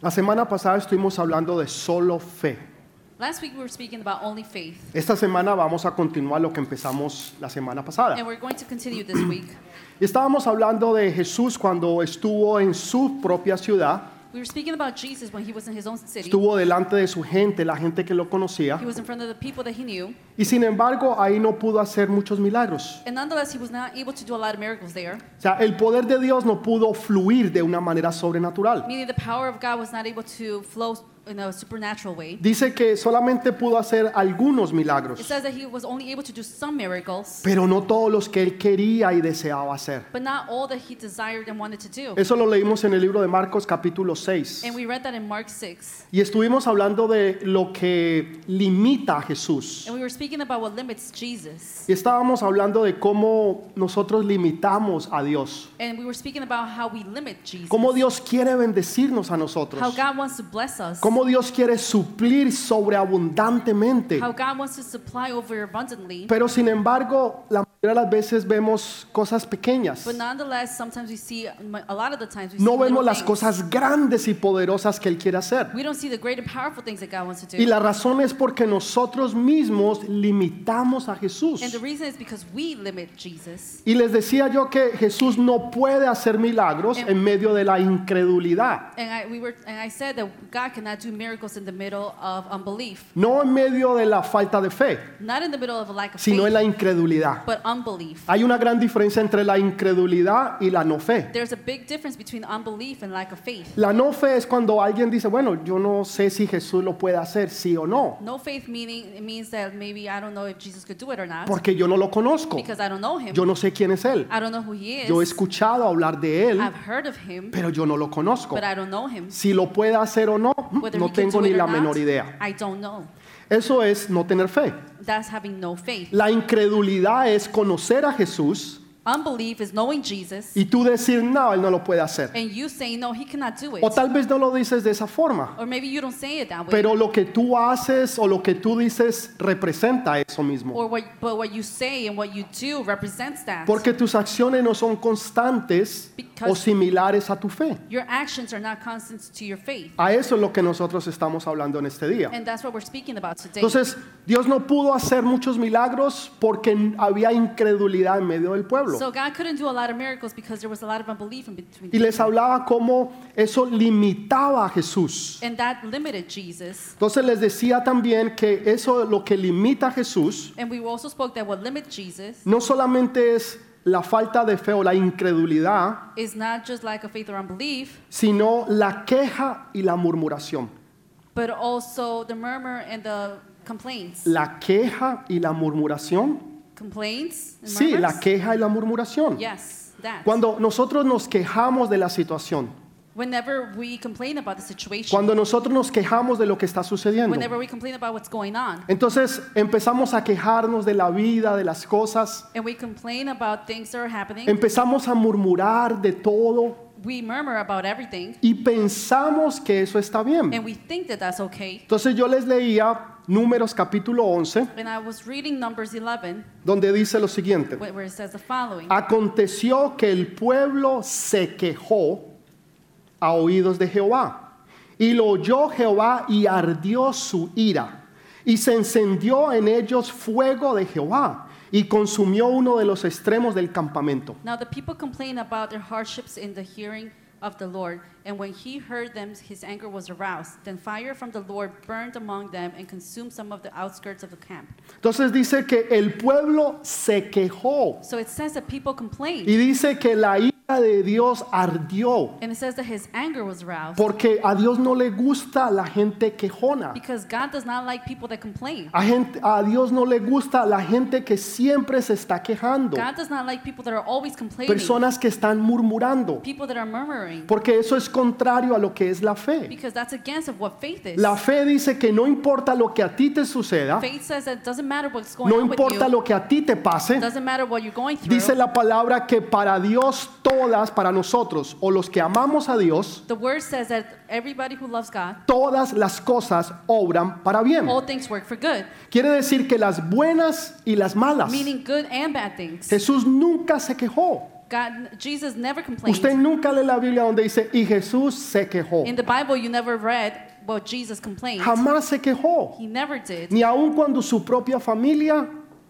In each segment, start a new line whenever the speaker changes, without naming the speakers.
La semana pasada estuvimos hablando de solo fe.
Last week we were speaking about only faith,
Esta semana vamos a continuar lo que empezamos la semana pasada.
and we're going to continue this week.
Y Estábamos hablando de Jesús cuando estuvo en su propia ciudad,
We were speaking about Jesus when he was in his own city.
estuvo delante de su gente, la gente que lo conocía,
He was in front of the people that he knew,
y sin embargo ahí no pudo hacer muchos milagros.
and nonetheless, he was not able to do a lot of miracles there,
O sea, el poder de Dios no pudo fluir de una manera sobrenatural.
meaning the power of God was not able to flow in a supernatural way.
Dice que solamente pudo hacer algunos
It
milagros,
says that he was only able to do some miracles,
pero no todos los que él quería y deseaba hacer.
but not all that he desired and wanted to do.
Eso lo leímos en el libro de Marcos capítulo 6.
And we read that in Mark 6,
Y estuvimos hablando de lo que limita a Jesús.
and we were speaking about what limits Jesus,
Y estábamos hablando de cómo nosotros limitamos a Dios.
and we were speaking about how we limit Jesus,
Cómo Dios quiere bendecirnos a
how
nosotros.
God wants to bless us.
Cómo Dios quiere suplir sobreabundantemente.
how God wants to supply over abundantly,
Pero sin embargo, la mayoría de las veces vemos cosas pequeñas.
but nonetheless, sometimes we see a lot of the times we see
No
little
vemos las
things.
cosas grandes y poderosas que Él quiere hacer.
We don't see the great and powerful things that God wants to do.
Y la razón es porque nosotros mismos limitamos a Jesús.
and the reason is because we limit Jesus.
Y les decía yo que Jesús no puede hacer milagros
Em-
en medio de la incredulidad,
And I, we were, and I said that God cannot do miracles in the middle of unbelief,
no en medio de la falta de fe,
not in the middle of a lack of
sino en
faith,
la incredulidad.
but unbelief.
Hay una gran diferencia entre la incredulidad y la no fe.
There's a big difference between unbelief and lack of faith.
La no fe es cuando alguien dice, bueno, yo no sé si Jesús lo puede hacer, sí o no,
No faith meaning it means that maybe I don't know if Jesus could do it or not
porque yo no lo conozco,
because I don't know him.
yo no sé quién es Él.
I don't know who he is.
Yo he escuchado hablar de Él,
I've heard of him,
pero yo no lo conozco.
Ah. but I don't know him.
Si lo puede hacer o no,
Whether
no
he can
tengo
do
ni
it or
la
not,
menor idea.
I don't know.
Eso es no tener fe.
That's having no faith.
La incredulidad es conocer a Jesús
Unbelief is knowing Jesus
y tú decir, no, él no lo puede hacer.
and you saying, no, he cannot do it.
O tal vez no lo dices de esa forma,
Or maybe you don't say it that way.
pero lo que tú haces o lo que tú dices representa eso mismo.
or what, but what you say and what you do represents that.
Porque tus acciones no son constantes o similares a tu fe.
Your actions are not constant to your faith.
A eso es lo que nosotros estamos hablando en este día.
And that's what we're speaking about today.
Entonces, Dios no pudo hacer muchos milagros porque había incredulidad en medio del pueblo.
so God couldn't do a lot of miracles because there was a lot of unbelief in between.
Y les hablaba cómo eso limitaba a Jesús.
and that limited Jesus.
Entonces les decía también que eso lo que limita a Jesús
And we also spoke that what limits Jesus
no solamente es la falta de fe o la incredulidad,
is not just lack of faith or unbelief,
sino la queja y la murmuración.
but also the murmur and the complaints.
La queja y la murmuración.
Complaints? and
Sí,
murmurs?
la queja y la murmuración.
Yes, that.
Cuando nosotros nos quejamos de la situación,
Whenever we complain about the situation,
cuando nosotros nos quejamos de lo que está sucediendo,
whenever we complain about what's going on,
entonces empezamos a quejarnos de la vida, de las cosas,
and we complain about things that are happening,
empezamos a murmurar de todo
we murmur about everything,
y pensamos que eso está bien.
and we think that that's okay.
Entonces yo les leía Números capítulo 11,
And I was reading Numbers 11,
donde dice lo siguiente.
wh- where it says the following.
Aconteció que el pueblo se quejó a oídos de Jehová. Y lo oyó Jehová y ardió su ira. Y se encendió en ellos fuego de Jehová y consumió uno de los extremos del campamento.
Now the people complained about their hardships in the hearing of the Lord, and when he heard them, his anger was aroused. Then fire from the Lord burned among them and consumed some of the outskirts of the camp.
Entonces dice que el pueblo se quejó
So it says that people complained,
y dice que la ira de Dios ardió.
and it says that his anger was aroused.
Porque a Dios no le gusta la gente quejona.
Because God does not like people that complain.
A, gente- a Dios no le gusta la gente que siempre se está quejando.
God does not like people that are always complaining.
Personas que están murmurando.
People that are murmuring.
Porque eso es contrario a lo que es la fe.
Because that's against of what faith is.
La fe dice que no importa lo que a ti te suceda,
Faith says that it doesn't matter what's going
no
on with
importa
you.
lo que a ti te pase.
doesn't matter what you're going through.
Dice la palabra que para Dios todas, para nosotros o los que amamos a Dios,
the word says that everybody who loves God,
todas las cosas obran para bien.
all things work for good.
Quiere decir que las buenas y las malas.
Meaning good and bad things.
Jesús nunca se quejó.
God, Jesus never complained.
Usted nunca lee la Biblia donde dice, y Jesús se quejó.
In the Bible, you never read what Jesus complained.
Jamás se quejó.
He never did.
Ni aun cuando su propia familia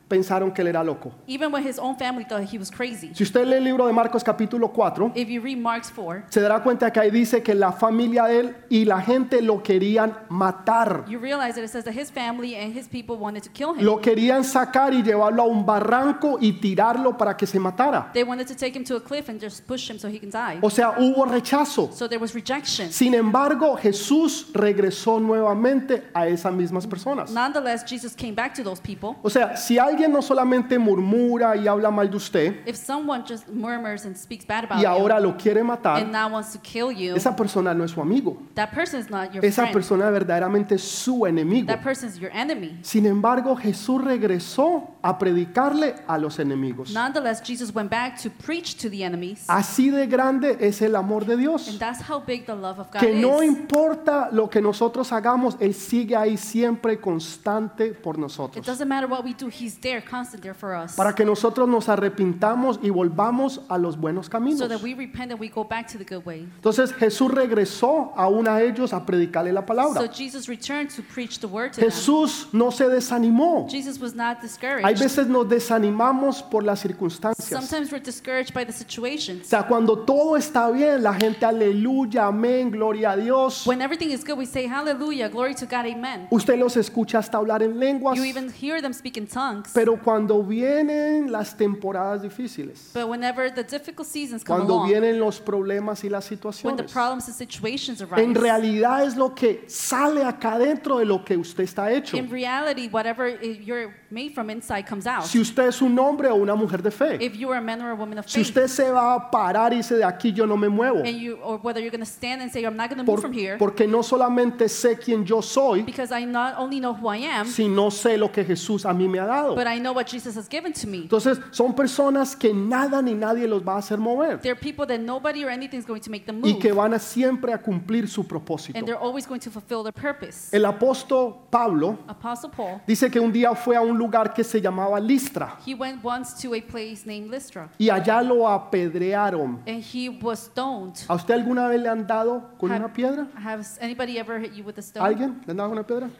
pensaron que él era loco.
Even when his own family thought he was crazy.
Si usted lee el libro de Marcos capítulo 4,
If you read Mark's 4,
se dará cuenta que ahí dice que la familia de él y la gente lo querían matar.
you realize that it says that his family and his people wanted to kill him.
Lo querían sacar y llevarlo a un barranco y tirarlo para que se matara.
They wanted to take him to a cliff and just push him so he can die.
O sea, hubo rechazo.
So there was rejection.
Sin embargo, Jesús regresó nuevamente a esas mismas personas.
Nonetheless, Jesus came back to those people.
O sea, si alguien no solamente murmura y habla mal de usted
If someone just murmurs and speaks bad about
y
you
ahora lo quiere
and
matar,
now wants to kill you,
esa persona no es su amigo.
that person is not your
Esa
friend.
persona verdaderamente es su enemigo.
That person is your enemy.
Sin embargo, Jesús regresó a predicarle a los enemigos.
Nonetheless, Jesus went back to preach to the enemies.
Así de grande es el amor de
And
Dios.
that's how big the love of God
Que no
is.
importa lo que nosotros hagamos, Él sigue ahí siempre constante por
It
nosotros.
doesn't matter what we do, He's there, constant there for us.
Para que nosotros nos arrepintamos y volvamos a los buenos caminos.
So that we repent and we go back to the good way.
Entonces Jesús regresó aún a ellos a predicarle la
So
palabra.
Jesus returned to preach the word to them.
Jesús no se desanimó.
Jesus was not
Hay
discouraged.
veces nos desanimamos por las circunstancias.
Sometimes we're discouraged by the
O
situations.
sea, cuando todo está bien, la gente aleluya, amén, gloria a Dios.
When everything is good, we say hallelujah, glory to God, amen.
Usted los escucha hasta hablar en lenguas,
You even hear them speak in tongues.
pero cuando vienen las temporadas difíciles,
But whenever the difficult seasons come
cuando
along,
vienen los problemas y las
when the
situaciones,
problems and situations arise,
en realidad es lo que sale acá dentro de lo que usted está hecho.
in reality, whatever i- you're made from inside comes out.
Si usted es un hombre o una mujer de fe,
if you are a man or a woman of
si
faith,
usted se va a parar y dice de aquí yo no me muevo,
and you, or whether you're going to stand and say, I'm not going to
por-
move from here,
porque no solamente sé quién yo soy,
because I not only know who I am,
sino sé lo que Jesús a mí me ha dado.
but I know what Jesus has given to me.
Entonces son personas que nada ni nadie los va a hacer mover
They're people that nobody or anything is going to make them
y
move,
que van a siempre a cumplir su propósito.
and they're always going to fulfill their purpose.
El apóstol Pablo
Apostle Paul,
dice que un día fue a un lugar que se llamaba Listra
he went once to a place named Lystra,
y allá lo apedrearon.
and he was stoned.
¿A usted alguna vez le han dado con
Have-
una piedra?
Has anybody ever hit you with a stone?
¿Alguien? ¿Le han dado con una piedra?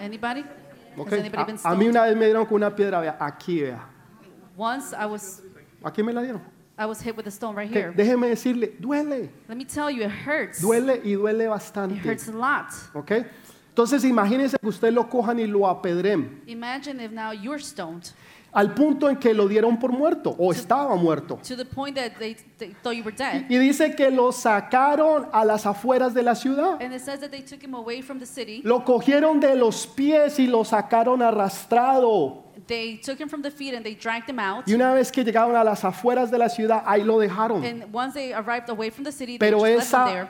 Anybody?
Ok.
Has anybody been
A, a mí
stoned?
una vez me dieron con una piedra, vea, aquí vea.
Once I was
Aquí me la dieron.
I was hit with a stone right
Ok,
here.
Déjeme decirle, duele,
Let me tell you, it hurts.
duele y duele
It
bastante.
hurts a lot.
¿Ok? Entonces imagínense que usted lo cojan y lo apedreen.
Imagine if now you're stoned
al punto en que lo dieron por muerto o estaba muerto.
to the point that they, they thought you were dead.
Y dice que lo sacaron a las afueras de la ciudad.
And it says that they took him away from the city.
Lo cogieron de los pies y lo sacaron arrastrado.
They took him from the feet and they dragged him out.
Y una vez que llegaron a las afueras de la ciudad, ahí lo dejaron.
And once they arrived away from the city, they
Pero
just left him
esa
there.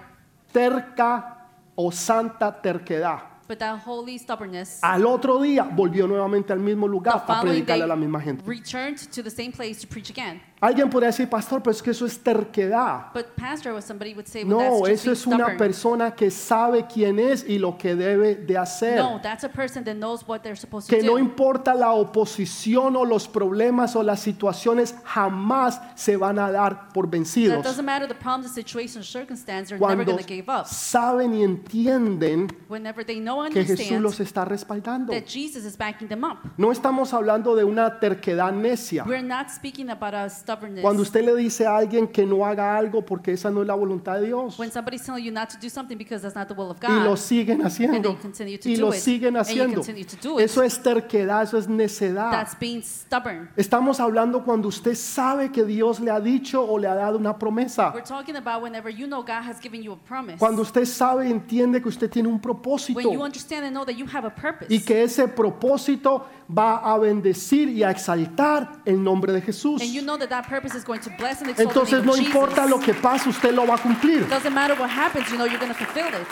terca o santa terquedad,
But that holy stubbornness,
al otro día volvió nuevamente al mismo
the
lugar para
following day
predicarle a la misma gente.
returned to the same place to preach again.
Alguien podría decir, pastor, pero es que eso es terquedad.
But pastor was somebody would say, well,
No,
that's
eso
just being
es una
stubborn.
persona que sabe quién es y lo que debe de hacer.
No, that's a person that knows what they're supposed to
que
do.
no importa la oposición o los problemas o las situaciones, jamás se van a dar por
That
vencidos.
doesn't matter the problem, the situation, or circumstance, they're never
Cuando
going to give up.
saben y entienden
Whenever they know and
que Jesús
understand
los está respaldando.
that Jesus is backing them up.
No estamos hablando de una terquedad necia.
We're not speaking about our stubbornness.
Cuando usted le dice a alguien que no haga algo porque esa no es la voluntad de Dios
when somebody's telling you not to do something because that's not the will of
y
God,
lo siguen haciendo
you continue to
y
do
lo
it,
siguen
and you
haciendo,
continue to do it.
eso es terquedad, eso es necedad.
that's being stubborn.
Estamos hablando cuando usted sabe que Dios le ha dicho o le ha dado una promesa.
We're talking about whenever you know God has given you a promise.
Cuando usted sabe y entiende que usted tiene un
when you
propósito
understand and know that you have a purpose
y que ese propósito va a bendecir y a exaltar el nombre de Jesús.
and you know that that purpose is going to bless and exalt the
Entonces
name
no
of Jesus.
importa lo que pase, usted lo va a cumplir.
It doesn't matter what happens, you know you're going to fulfill it.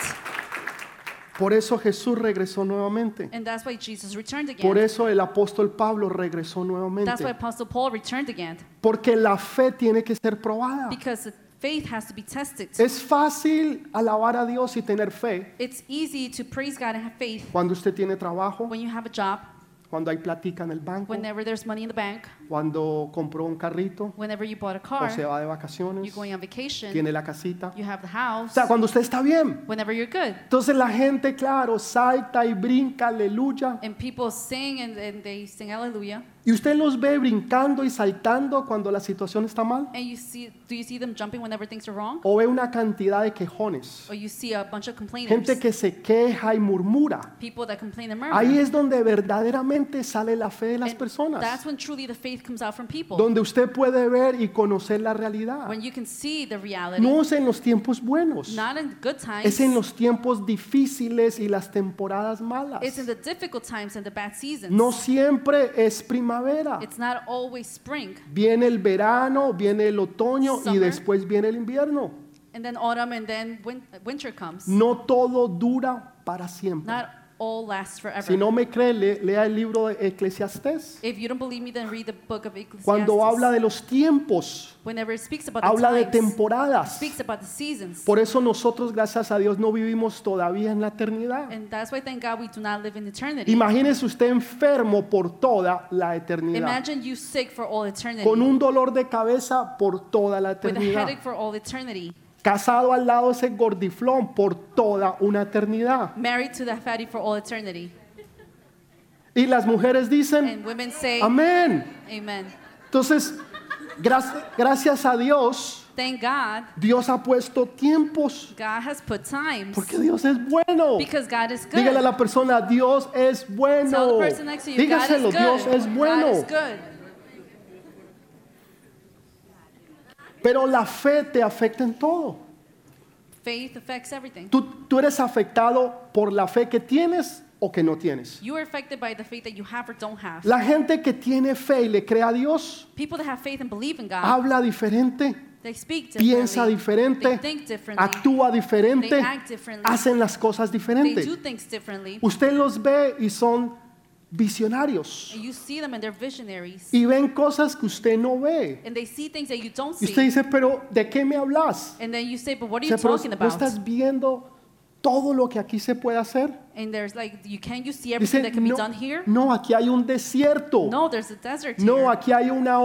Por eso Jesús regresó nuevamente.
And that's why Jesus returned again.
Por eso el apóstol Pablo regresó
That's why
nuevamente.
Apostle Paul returned again,
Porque la fe tiene que ser probada.
because faith has to be tested.
Es fácil alabar a Dios y tener fe
It's easy to praise God and have faith
cuando usted tiene trabajo,
when you have a job,
cuando hay platica en el banco,
whenever there's money in the bank,
cuando compró un carrito
Whenever you bought a
o
car,
se va de
you're
vacaciones,
going on vacation,
tiene la casita.
you have the
O
house,
sea, cuando usted está bien.
whenever you're good.
Entonces la gente, claro, salta y brinca, aleluya.
And people sing and, and they sing hallelujah.
Y usted los ve brincando y saltando cuando la situación está mal.
And you see, do you see them jumping whenever things are wrong?
O ve una cantidad de quejones.
Or you see a bunch of complainers,
Gente que se queja y murmura.
people that complain and murmur.
Ahí es donde verdaderamente sale la fe de las
And That's
personas.
when truly the faith comes out from people.
Donde usted puede ver y conocer la realidad.
when you can see the reality,
No es en los tiempos buenos.
not in good times,
Es en los tiempos difíciles y las temporadas malas.
it's in the difficult times and the bad seasons.
No siempre es primavera.
It's not always spring,
Viene el verano, viene el otoño y
Summer.
después viene el invierno.
and then autumn, and then win- winter comes.
No todo dura para siempre.
Not all lasts forever.
Si no me cree, le- lea el libro de Eclesiastés.
if you don't believe me, then read the book of Ecclesiastes.
Cuando habla de los tiempos,
Whenever it speaks about
habla
the
de
times,
temporadas.
speaks about the seasons.
Por eso nosotros, gracias a Dios, no vivimos todavía en la eternidad.
and that's why, thank God, we do not live in eternity.
Imagínese usted enfermo por toda la eternidad,
Imagine you sick for all eternity,
con un dolor de cabeza por toda la
with a
eternidad,
headache for all eternity,
casado al lado de ese gordiflón por toda una eternidad.
married to that fatty for all eternity.
Y las mujeres dicen,
And women say,
amén.
Amen.
Entonces, grac- gracias a Dios,
Thank God,
Dios ha puesto tiempos,
God has put times
porque Dios es bueno.
because God is good.
Dígale a la persona, Dios es
Tell
bueno.
the person next to you,
Dígaselo,
God is
Dios
good.
es bueno.
God is good.
Pero la fe te afecta en todo.
Faith affects everything.
Tú, tú eres afectado por la fe que tienes o que no tienes.
You are affected by the faith that you have or don't have.
La gente que tiene fe y le cree a Dios
People that have faith and believe in God,
habla diferente,
Ah. they speak differently.
Ah, piensa
They
diferente,
think differently.
actúa diferente,
They act differently.
hacen las cosas
They do
diferentes.
things differently.
Usted los ve y son visionarios
And you see them and they're visionaries.
y ven cosas que usted no ve.
And they see things that you don't
Y usted
see.
dice, pero ¿de qué me hablas?
And then you say, but what are
O sea,
you
pero
talking
¿no
about?
estás viendo todo lo que aquí se puede hacer?
And there's like, you can you see everything
Dice,
that can be
no,
done here?
no, aquí hay un desierto.
No, there's a desert
No,
here.
aquí hay una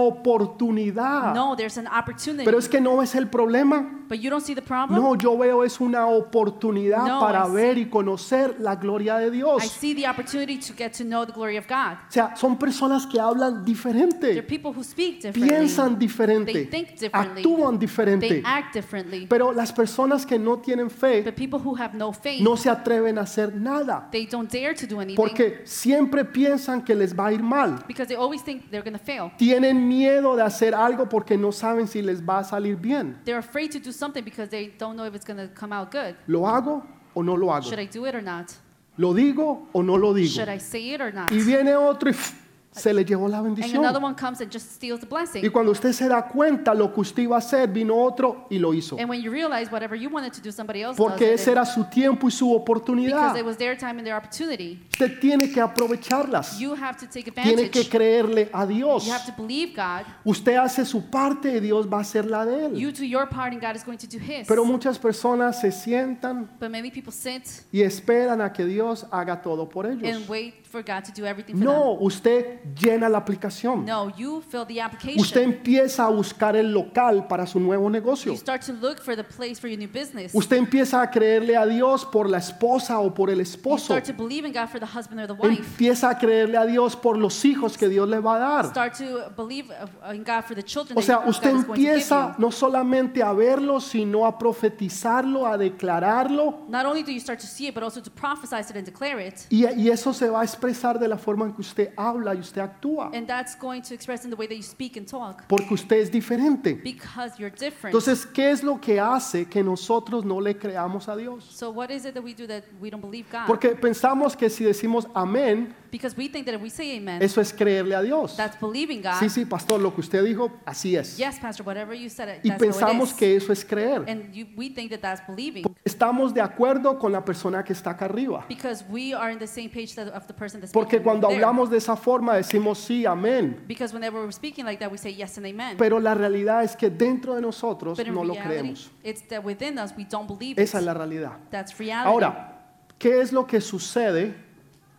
oportunidad.
No, there's an opportunity.
Pero es que no es el problema.
but you don't see the problem?
No, yo veo es una oportunidad
No,
para
I see.
ver y conocer la gloria de Dios.
I see the opportunity to get to know the glory of God.
O sea, son personas que hablan
There are
diferente,
people who speak differently.
piensan diferente,
They think differently.
actúan
They
diferente.
act differently.
Pero las personas que no tienen fe
But people who have no faith,
no se atreven a hacer nada
they don't dare to do anything
porque siempre piensan que les va a ir mal.
because they always think they're going to fail.
Tienen miedo de hacer algo porque no saben si les va a salir bien.
They're afraid to do something because they don't know if it's going to come out good.
¿Lo hago o no lo hago?
Should I do it or not?
¿Lo digo o no lo digo?
Should I say it or not?
Y viene otro y ¡fuf! se le llevó la
And another
bendición.
one comes and just steals the
Y
blessing.
cuando usted se da cuenta lo que usted iba a hacer, vino otro y lo hizo.
And when you realize whatever you wanted to do, somebody else
Porque
does
ese
it.
era su tiempo y su
because
oportunidad.
it was their time and their opportunity.
Usted tiene que aprovecharlas.
You have to take
Tiene
advantage.
que creerle a Dios.
You have to believe God.
Usted hace su parte y Dios va a hacer la de él.
You do your part and God is going to do his.
Pero muchas personas se sientan
but many people sit
y esperan a que Dios haga todo por ellos.
and wait for God to do everything for
No, usted llena la aplicación.
them. No, you fill the application.
Usted empieza a buscar el local para su nuevo negocio.
you start to look for the place for your new business.
Usted empieza a creerle a Dios por la esposa o por el
you
esposo.
start to believe in God for the husband or the wife.
Empieza a creerle a Dios por los hijos que Dios le va a dar.
Start to believe uh, in God for the children.
O sea,
that God
usted
is going to give
empieza
you.
no solamente a verlo, sino a profetizarlo, a declararlo.
Not only do you start to see it, but also to prophesize it and declare it.
Y, y eso se va a expresar de la forma en que usted habla y usted actúa.
And that's going to express in the way that you speak and talk
Porque usted es diferente.
because you're different.
Entonces, ¿qué es lo que hace que nosotros no le creamos a Dios?
so, what is it that we do that we don't believe God?
Porque pensamos que si decimos amén,
because we think that if we say amen,
eso es creerle a Dios.
that's believing God.
Sí, sí, pastor, lo que usted dijo, así es.
Yes, Pastor, whatever you said, it-
Y
that's how it
pensamos
is.
que eso es creer.
and you, we think that that's believing
Estamos de acuerdo con la persona que está acá arriba.
because we are on the same page that, of the person that's
Porque
speaking
cuando
there.
hablamos de esa forma decimos sí, amén.
Because whenever we're speaking like that, we say yes and amen.
Pero la realidad es que dentro de nosotros
but in
no lo
reality,
creemos.
it's that within us we don't believe
Esa
it.
es la realidad.
That's reality.
Ahora, ¿qué es lo que sucede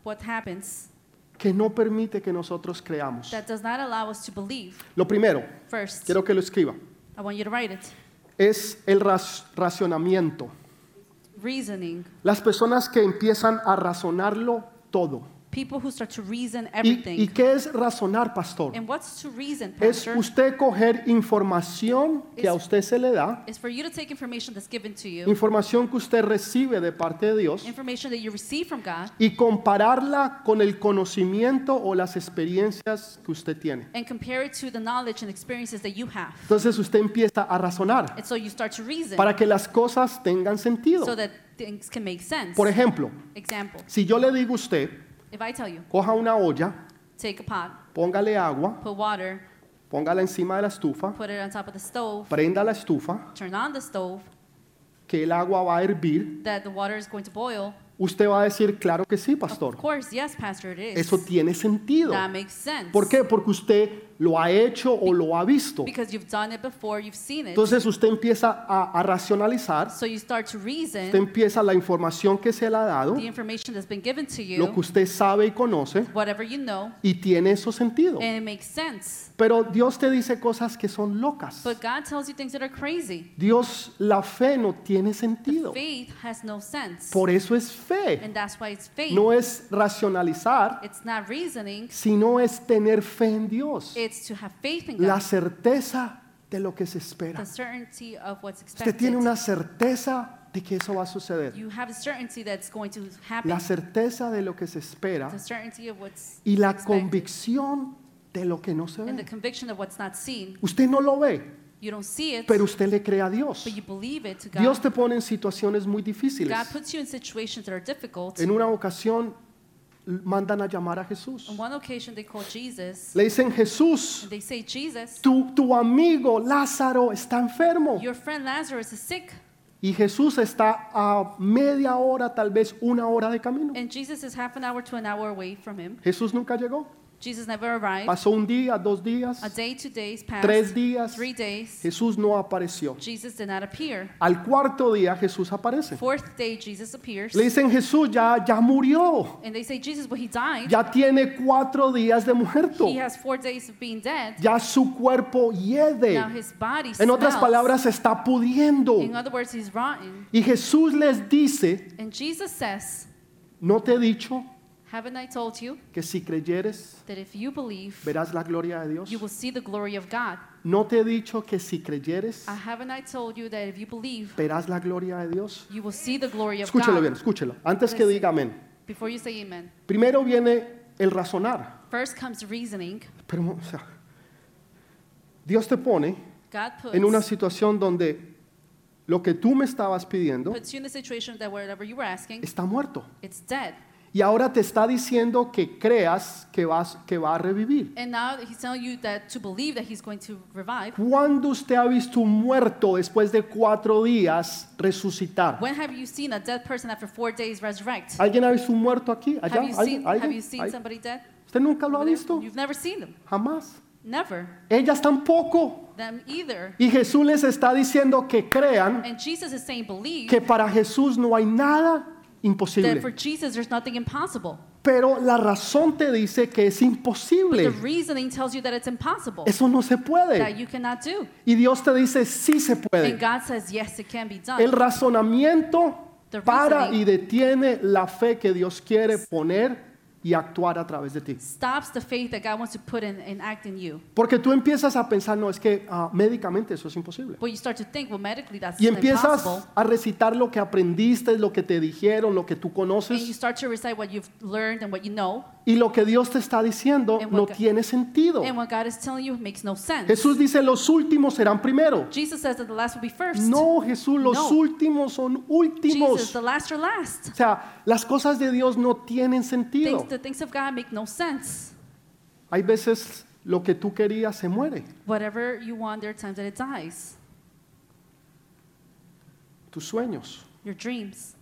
what happens
que no permite que nosotros creamos.
that does not allow us to believe.
Lo primero,
First,
quiero que lo escriba,
I want you to write it.
es el ras- racionamiento.
Reasoning.
Las personas que empiezan a razonarlo todo.
People who start to reason
¿Y,
everything.
y qué es razonar, pastor?
and what's to reason,
Es
Pastor?
usted coger información que a usted se le da,
is for you to take information that's given to you,
información que usted recibe de parte de Dios,
information that you receive from God,
y compararla con el conocimiento o las experiencias que usted tiene.
and compare it to the knowledge and experiences that you have.
Entonces usted empieza a razonar
And so you start to reason
para que las cosas tengan sentido.
Este. so that things can make sense.
Por ejemplo,
Example,
si yo le digo a usted,
if I tell you,
coja una olla,
take a pot,
póngale agua,
put water,
póngala encima de la estufa,
put it on top of the stove,
prenda la estufa,
turn on the stove,
que el agua va a hervir,
that the water is going to boil.
usted va a decir, claro que sí,
Of
pastor.
course, yes, Pastor, it is.
Eso tiene sentido.
that makes sense.
¿Por qué? Porque usted lo ha hecho o lo ha visto.
Because you've done it before, you've seen it.
Entonces usted empieza a, a racionalizar
so you start to reason
Usted empieza la información que se le ha dado,
the information that's been given to you,
lo que usted sabe y conoce,
whatever you know,
y tiene eso sentido.
and it makes sense.
Pero Dios te dice cosas que son locas.
But God tells you things that are crazy.
Dios, la fe no tiene sentido.
Faith has no sense.
Por eso es fe.
and that's why it's faith.
No es racionalizar,
it's not reasoning,
sino es tener fe en Dios.
it's to have faith in God.
La certeza de lo que se espera.
the certainty of what's
Usted
expected.
tiene una certeza de que eso va a suceder.
You have a certainty that's going to happen.
La certeza de lo que se espera
the certainty of what's
y la
expected.
convicción de lo que no se
and the
ve.
conviction of what's not seen.
Usted no lo ve,
You don't see it,
pero usted le cree a Dios.
but you believe it to God.
Dios te pone en situaciones muy difíciles.
God puts you in situations that are difficult.
En una ocasión l- mandan a llamar a Jesús.
On one occasion, they call Jesus
Le dicen, Jesús,
and they say, Jesus,
tu, tu amigo Lázaro está enfermo.
your friend Lazarus is sick,
Y Jesús está a media hora, tal vez una hora de camino.
and Jesus is half an hour to an hour away from him.
Jesús nunca llegó.
Jesus never arrived.
Pasó un día, dos días,
A day, two days
tres
passed,
días.
three days.
Jesús no apareció.
Jesus did not appear.
Al cuarto día Jesús aparece.
Fourth day, Jesus appears,
Le dicen, Jesús ya, ya murió.
and they say, Jesus, well, he died.
Ya tiene cuatro días de muerto.
He has four days of being dead.
Ya su cuerpo hiede.
Now his body
En otras
smells.
palabras, está pudiendo.
in other words, he's rotten.
Y Jesús les dice,
And Jesus says,
no te he dicho
Haven't I told you
que si creyeres
that if you believe,
verás la gloria de Dios.
you will see the glory of God?
No te he dicho que si creyeres
I haven't I told you that if you believe,
verás la gloria de Dios.
you will see the glory of
Escúchelo
God?
bien, escúchelo. Antes que diga amén.
Before you say amen.
Primero viene el razonar.
First comes reasoning.
Pero, o sea, Dios te pone
God puts,
en una situación donde lo que tú me estabas pidiendo
puts you in a situation that whatever you were asking,
está muerto.
it's dead.
Y ahora te está diciendo que creas que, vas, que va a revivir.
And now he's telling you that to believe that he's going to revive.
¿Cuándo usted ha visto un muerto después de cuatro días resucitar?
When have you seen a dead person after four days resurrect?
¿Alguien ha visto un muerto aquí? ¿Allá?
Have you
¿Alguien?
seen, have
¿Alguien?
you seen
¿Alguien?
somebody dead?
¿Usted nunca lo ha
Over there?
visto?
You've never seen them.
Jamás.
Never.
Ellas tampoco.
Them either.
Y Jesús les está diciendo que crean
And Jesus is saying, believe
que para Jesús no hay nada
that for
imposible.
Jesus there's nothing impossible.
Pero la razón te dice que es
The
imposible.
reasoning tells you that it's impossible,
Eso no se
that
puede.
you cannot do.
Y Dios te dice, sí se
And
puede.
God says, yes, it can be
El
done.
razonamiento
The
para
reasoning.
y detiene la fe que Dios quiere poner y actuar a través de ti.
Stops the faith that God wants to put in and act in you.
Porque tú empiezas a pensar, no, es que ah, médicamente eso es imposible.
But you start to think, well, medically that's
Y empiezas
Pues, impossible.
a recitar lo que aprendiste, lo que te dijeron, lo que tú
And you
conoces.
start to recite what you've learned and what you know.
Y lo que Dios te está diciendo
And what
no
God-
tiene sentido.
And what God is telling you makes no sense.
Jesús dice, los últimos serán primero.
Jesus says that the last will be first.
No, Jesús, los
No.
últimos son
Jesus,
últimos.
the last are last.
O sea, las cosas de Dios no tienen
Things,
sentido.
the things of God make no sense.
Hay veces lo que tú querías se muere.
Whatever you want, there are times that it dies.
Tus sueños
Your dreams,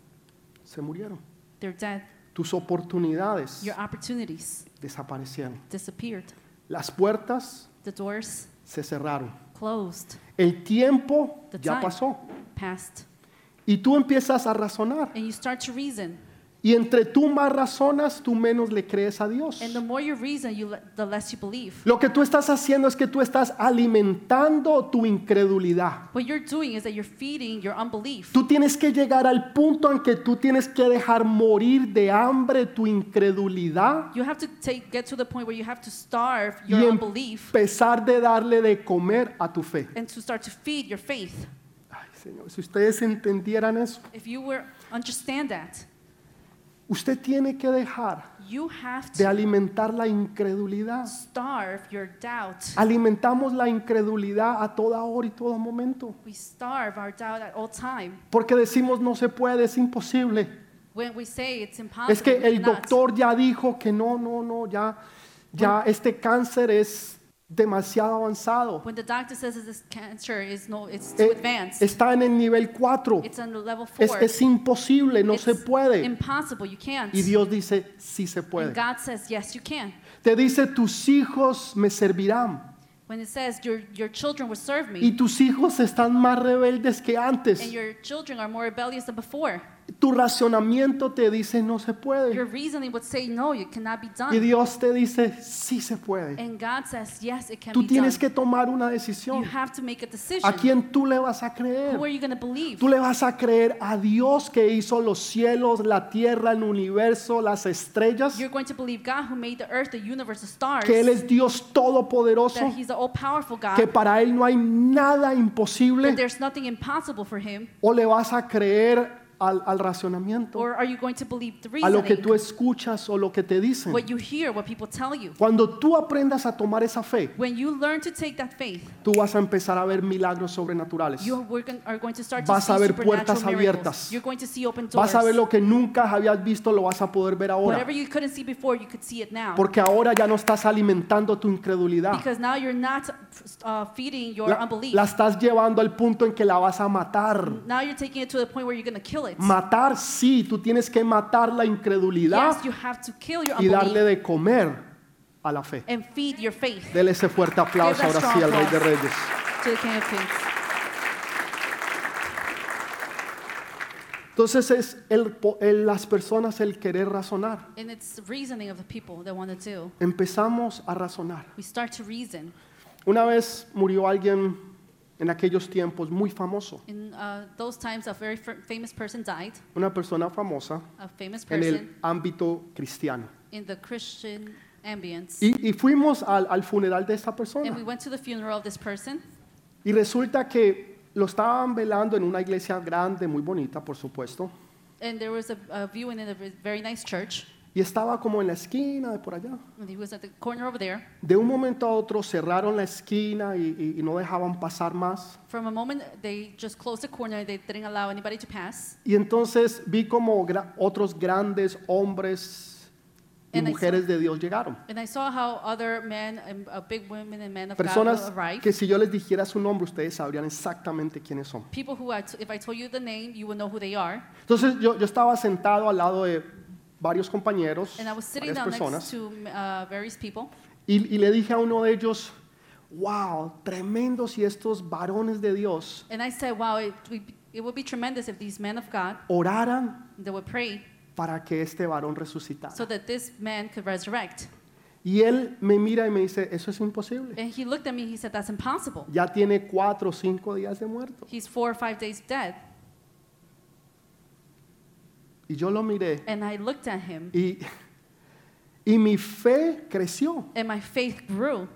se murieron.
they're dead.
Tus oportunidades
Your opportunities
desaparecieron.
disappeared.
Las puertas
The doors
se cerraron.
closed,
El tiempo
The
ya
time.
pasó.
passed.
Y tú empiezas a razonar.
And you start to reason.
Y entre tú más razonas, tú menos le crees a Dios.
And the more you reason, you le- the less you believe.
Lo que tú estás haciendo es que tú estás alimentando tu incredulidad.
What you're doing is that you're feeding your unbelief.
Tú tienes que llegar al punto en que tú tienes que dejar morir de hambre tu incredulidad
You have to take, get to the point where you have to starve
y
your unbelief
empezar de darle de comer a tu fe.
and to start to feed your faith.
Ay, Señor, si ustedes entendieran eso,
If you were understand that,
usted tiene que dejar
you have
de
to
alimentar la incredulidad.
starve your doubt.
Alimentamos la incredulidad a toda hora y todo momento.
We starve our doubt at all time.
Porque decimos no se puede, es imposible.
When we say it's impossible,
Es que
we
el
cannot.
doctor ya dijo que no, no, no, ya, ya este cáncer es demasiado avanzado.
when the doctor says that this cancer is no, it's too
Eh,
advanced,
Está en el nivel 4.
it's on the level four.
Es, es imposible, no
It's
se puede.
Impossible, you can't.
Y Dios dice, sí se puede.
And God says, yes, you can.
Te dice, tus hijos me servirán.
When it says your your children will serve me,
Y tus hijos están más rebeldes que
and
antes.
your children are more rebellious than before,
Tu racionamiento te dice, no se
your
puede.
reasoning would say no, it cannot be
Y
done.
Dios te dice, sí se puede.
And God says, yes, it can
Tú
be done.
tienes que tomar una
you
decisión.
have to make a decision.
¿A quién tú le vas a creer?
Who are you going to believe?
Tú le vas a creer a Dios que hizo los cielos, la tierra, el universo, las estrellas,
You're going to believe God who made the earth, the universe, the stars.
que Él es Dios todopoderoso,
that he's the all-powerful God.
que para Él no hay nada
that
imposible,
there's nothing impossible for him.
o le vas a creer al, al racionamiento,
Or are you going to believe the
a
reasoning?
lo que tú escuchas o lo que te dicen.
what you hear, what people tell you.
Cuando tú aprendas a tomar esa fe,
When you learn to take that faith,
tú vas a empezar a ver milagros sobrenaturales.
you are, we're gon- are going to start
Vas a
to see
ver
supernatural
puertas
miracles.
abiertas.
You're going to see open doors.
Vas a ver lo que nunca habías visto, lo vas a poder ver ahora,
Whatever you couldn't see before, you could see it now.
porque ahora ya no estás alimentando tu incredulidad.
because now you're not uh, feeding your
La,
unbelief.
la estás llevando al punto en que la vas a matar.
now you're taking it to the point where you're going to kill it.
Matar, sí, tú tienes que matar la incredulidad
yes, you have to kill your
y darle
unbelief
de comer a la fe.
and feed your faith
Dele ese fuerte aplauso
Give that
ahora sí al
strong
Rey de
applause.
Reyes.
to the King of Kings.
Entonces es el po- el- las personas el querer razonar.
And it's the reasoning of the people that want to do.
Empezamos a razonar.
We start to reason.
Una vez murió alguien en aquellos tiempos muy famoso,
In uh, those times, a very fr- famous person died,
una persona famosa
a famous
en
person
el ámbito cristiano.
in the Christian ambience.
Y, y fuimos al, al funeral de esta
And
persona.
we went to the funeral of this person,
Y resulta que lo estaban velando en una iglesia grande, muy bonita, por supuesto,
and there was a, a viewing in a ve- very nice church,
y estaba como en la esquina de por allá.
and he was at the corner over there.
De un momento a otro cerraron la esquina y, y- y no dejaban pasar más.
From a moment, they just closed the corner, they didn't allow anybody to pass.
Y entonces vi como gra- otros grandes hombres y
And I saw-
mujeres de Dios llegaron.
And I saw how other men, and, uh, big women and men of
Personas
God arrived.
que si yo les dijera su nombre, ustedes sabrían exactamente quiénes son.
People who, I t- if I told you the name, you would know who they are.
Entonces yo, yo estaba sentado al lado de varios compañeros,
And I was sitting
varias
down
personas,
next to uh, various people.
Y, y le dije a uno de ellos, wow, tremendos y estos varones de Dios
And I said, wow, it, we, it would be tremendous if these men of God,
oraran
they would pray
para que este varón resucitara.
so that this man could resurrect.
y él me mira y me dice, eso es imposible.
And he looked at me, he said, that's impossible.
Ya tiene cuatro o cinco días de muerto.
He's four or five days dead.
Y yo lo miré
And I looked at him,
y, y mi fe creció
and my faith grew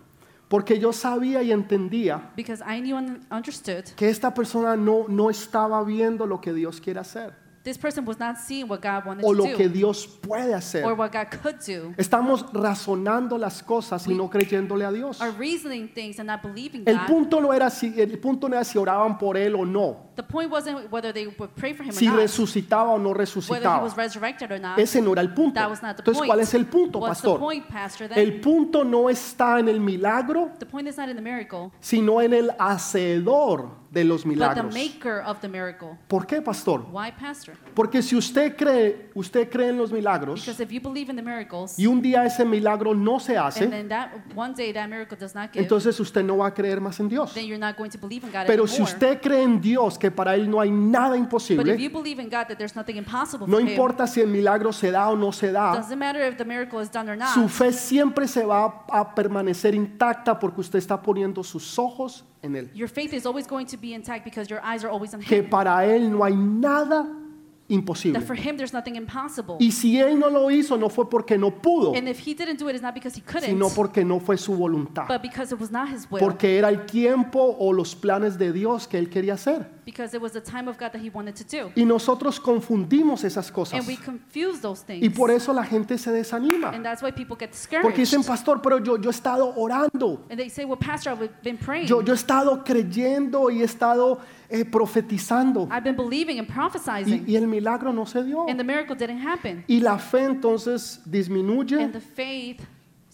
porque yo sabía y entendía
because I knew and understood
que esta persona no, no estaba viendo lo que Dios quiere hacer
this person was not seeing what God wanted
o lo
to
que
do
Dios puede hacer.
or what God could do.
Estamos razonando las cosas y no creyéndole a Dios.
Are reasoning things and not believing
El
God.
punto no era si el punto no era si oraban por él o no,
The point wasn't whether they would pray for him
si
or not,
resucitaba o no
whether he was
resucitaba.
resurrected or not.
Ese no era el punto.
That was not the
Entonces,
point.
¿cuál es el punto,
What's the
pastor?
point, Pastor? Then?
El punto no está en el milagro,
the point is not in the miracle,
sino en el hacedor de los
but the
milagros.
maker of the miracle.
¿Por qué, pastor?
Why, Pastor?
Porque si usted cree, usted cree en los milagros
Because if you believe in the miracles,
y un día ese milagro no se
and
hace,
then that one day that miracle does not give,
entonces usted no va a creer más en Dios.
then you're not going to believe in God
Pero
anymore.
si usted cree en Dios, que para él no hay nada
but if you
imposible,
believe in God that there's nothing impossible
no
for
importa si el milagro se da o no se
Him,
da,
doesn't matter if the miracle is done or not.
su fe siempre se va a permanecer intacta porque usted está poniendo sus ojos en él.
your faith is always going to be intact because your eyes are always on
Que
Him.
para él no hay nada
That
imposible.
for Him there's nothing impossible.
Y si él no lo hizo, no fue porque no pudo,
and if He didn't do it, it's not because He couldn't,
sino porque no fue su voluntad.
but because it was not His will.
Porque era el tiempo o los planes de Dios que él quería hacer.
because it was the time of God that He wanted to do.
Y nosotros confundimos esas cosas.
And we confuse those things.
Y por eso la gente se desanima.
and that's why people get discouraged.
Porque dicen, pastor, pero yo, yo he estado orando.
and they say, well, Pastor, I've been praying.
Yo, yo he estado creyendo y he estado eh, profetizando.
I've been believing and prophesizing.
Y, y el milagro no se dio.
and the miracle didn't happen.
Y la fe entonces disminuye.
And the faith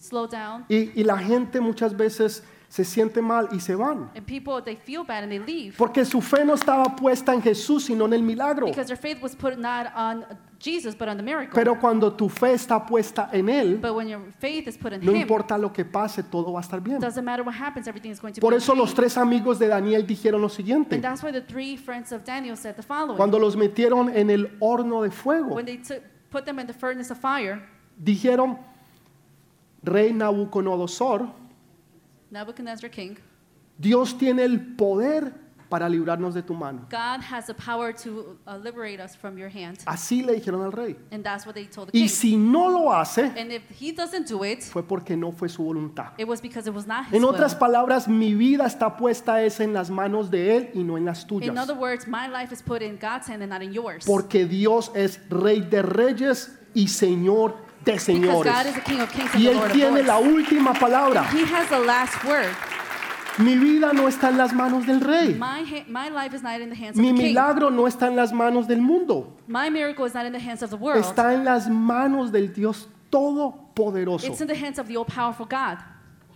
slowed down.
Y, y la gente muchas veces se siente mal y se van.
And people, they feel bad and they leave.
Porque su fe no estaba puesta en Jesús, sino en el milagro.
Because their faith was put not on Jesus, but on the miracle.
Pero cuando tu fe está puesta en Él,
but when your faith is put in
no
Him,
importa lo que pase, todo va a estar bien.
it doesn't matter what happens, everything is going to
Por
be
eso
okay.
los tres amigos de Daniel dijeron lo
And
siguiente.
that's why the three friends of Daniel said the following.
Cuando los metieron en el horno de fuego,
when they took, put them in the furnace of fire,
dijeron, Rey Nabucodonosor,
Nebuchadnezzar king,
Dios tiene el poder para librarnos de tu mano.
God has the power to uh, liberate us from your hand.
Así le dijeron al rey.
And that's what they told the
Y
king.
si no lo hace,
and if he doesn't do it,
fue porque no fue su voluntad.
it was because it was not his
En
will.
otras palabras, mi vida está puesta es en las manos de Él y no en las
In other
tuyas.
words, my life is put in God's hand and not in yours.
Porque Dios es Rey de Reyes y Señor de
because
Señores.
God is the King of Kings and
Y
the
Él
Lord of
tiene
Lords.
la última palabra.
He has the last word.
Mi vida no está en las manos del Rey.
My, ha- my life is not in the hands of
Mi
the King.
milagro no está en las manos del mundo.
My miracle is not in the hands of the world.
Está en las manos del Dios Todopoderoso.
It's in the hands of the all-powerful God.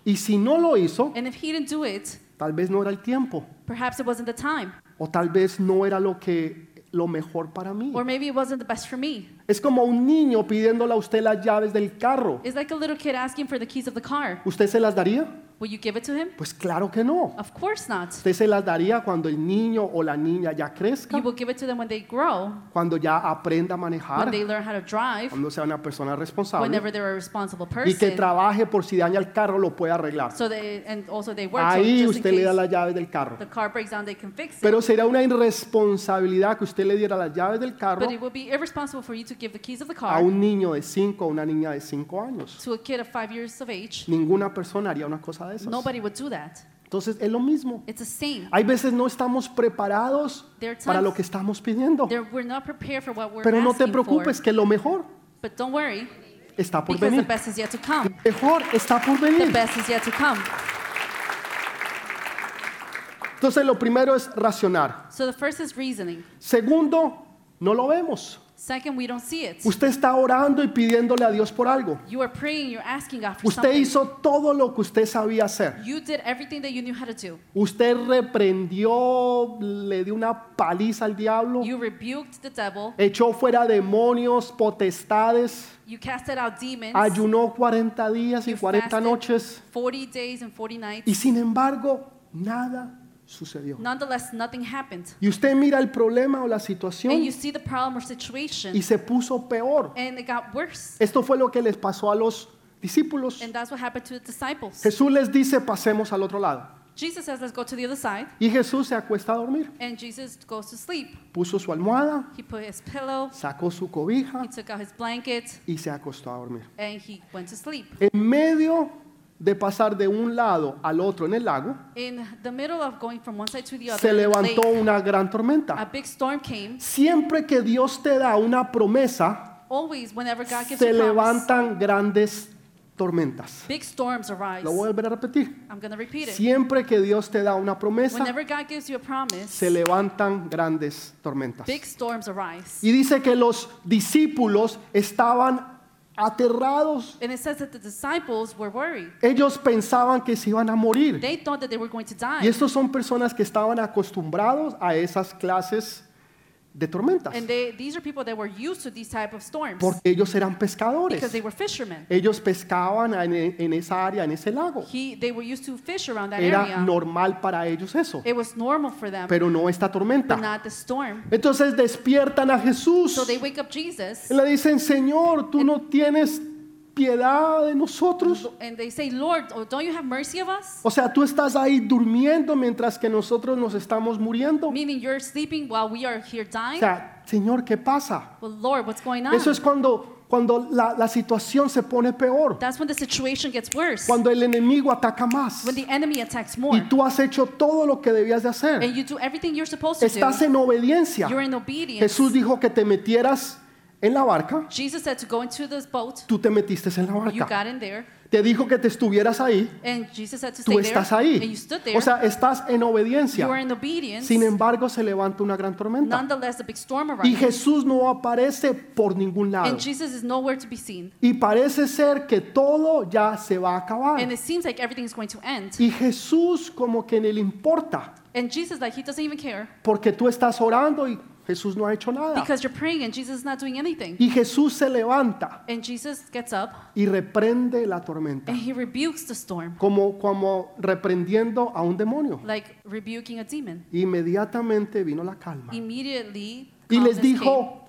Y si no lo hizo,
And if he didn't do it,
tal vez no era el tiempo.
perhaps it wasn't the time.
O tal vez no era lo que lo mejor para mí.
Or maybe it wasn't the best for me.
Es como un niño pidiéndole a usted las llaves del carro.
It's like a little kid asking for the keys of the car.
¿Usted se las daría?
Will you give it to him?
Pues claro que no.
Of course not.
Usted se las daría cuando el niño o la niña ya
You
crezca,
will give it to them when they grow,
cuando ya aprenda a
when
manejar,
they learn how to drive,
cuando sea una persona responsable
whenever they're a responsible
y que
person.
trabaje por si daña el carro lo puede arreglar.
So they and also they work. so
Ahí
just
usted
in
le da
case
las llaves del carro.
the car breaks down, they can fix it.
Pero sería una irresponsabilidad que usted le diera las llaves del carro
but it would be irresponsible for you to give the keys of the
a
car
un niño de 5 o una niña de 5 años.
to a kid of five years of age.
Ninguna persona haría una cosa de esas.
Nobody would do that.
Entonces es lo mismo.
It's the same.
Hay veces no estamos preparados
There are times-
para lo que estamos pidiendo.
There- we're not prepared for what we're
Pero no te
asking
preocupes
for.
que lo mejor
But don't worry,
está por
because the
venir.
best is yet to
Lo
come.
mejor está por
The
venir.
best is yet to come.
Entonces lo primero es racionar.
So the first is reasoning.
Segundo, no lo vemos.
Second, we don't see it.
Usted está orando y pidiéndole a Dios por algo.
You are praying, you're asking God for
Usted
something.
hizo todo lo que usted sabía hacer.
You did everything that you knew how to do.
Usted reprendió, le dio una paliza al diablo,
You rebuked the devil.
echó fuera demonios, potestades,
You casted out demons.
ayunó 40 días y
You
40
fasted
noches
40 days and 40 nights.
y sin embargo nada sucedió.
Nonetheless, nothing happened.
Y usted mira el problema o la
And
situación
you see the problem or situation,
y se puso peor.
and it got worse.
Esto fue lo que les pasó a los discípulos.
And that's what happened to the disciples.
Jesús les dice, pasemos al otro lado.
Jesus says, Let's go to the other side.
Y Jesús se acuesta a dormir.
And Jesus goes to sleep.
Puso su almohada,
He put his pillow,
sacó su cobija
he took out his blanket,
y se acostó a dormir.
and he went to sleep.
En medio de pasar de un lado al otro en el lago,
In the middle of going from one side to the other,
se
in the
levantó
lake,
una gran
a
tormenta.
big storm came.
Siempre que Dios te da una promesa,
Always, whenever God gives
se
you promise,
levantan grandes tormentas.
big storms arise.
Lo voy a volver a repetir.
I'm going to repeat it.
Siempre que Dios te da una promesa,
Whenever God gives you a promise,
se levantan grandes tormentas.
big storms arise.
Y dice que los discípulos estaban aterrados.
And it says that the disciples were worried.
Ellos pensaban que se iban a morir.
They thought that they were going to die.
Y estos son personas que estaban acostumbrados a esas clases de tormentas.
And they, these are people that were used to these type of storms
Porque ellos eran
because
pescadores.
they were fishermen.
Ellos pescaban en, en esa área, en ese lago.
He, they were used to fish around that
Era
area.
normal para ellos eso,
It was normal for them,
pero no esta
but
tormenta.
not the storm.
Entonces despiertan a Jesús
So they wake up Jesus
y le dicen, Señor, tú no tienes piedad de nosotros.
and they say, Lord, oh, don't you have mercy of us?
O sea, tú estás ahí durmiendo mientras que nosotros nos estamos muriendo. O
Meaning you're sleeping while we are here dying?
sea, Señor, ¿qué pasa?
Well, Lord, what's going on?
Eso es cuando, cuando la, la situación se pone peor,
That's when the situation gets worse.
cuando el enemigo ataca más
when the enemy attacks more.
y tú has hecho todo lo que debías de hacer.
and you do everything you're supposed to
Estás
do.
en obediencia.
You're in obedience.
Jesús dijo que te metieras en la barca,
Jesus said to go into this boat.
tú te metiste en la
You
barca.
got in there.
Te dijo que te estuvieras ahí,
And Jesus said to stay
tú
there.
estás
And you
ahí.
stood there.
O sea, estás en
you were
obediencia.
in obedience.
Sin embargo, se levanta una gran tormenta
Nonetheless, the big storm
y
arrived.
Jesús no aparece por ningún lado.
And Jesus is nowhere to be seen.
Y parece ser que todo ya se va a acabar.
And it seems like everything is going to end.
Y Jesús como que ni le importa,
And Jesus, like, he doesn't even care.
porque tú estás orando y Jesús no ha hecho nada.
Because you're praying and Jesus is not doing anything.
Y Jesús se levanta
And Jesus gets up
y reprende la tormenta,
and he rebukes the storm,
como, como reprendiendo a un demonio.
like rebuking a demon.
Inmediatamente vino la calma.
Immediately,
Y les
calmness came.
dijo,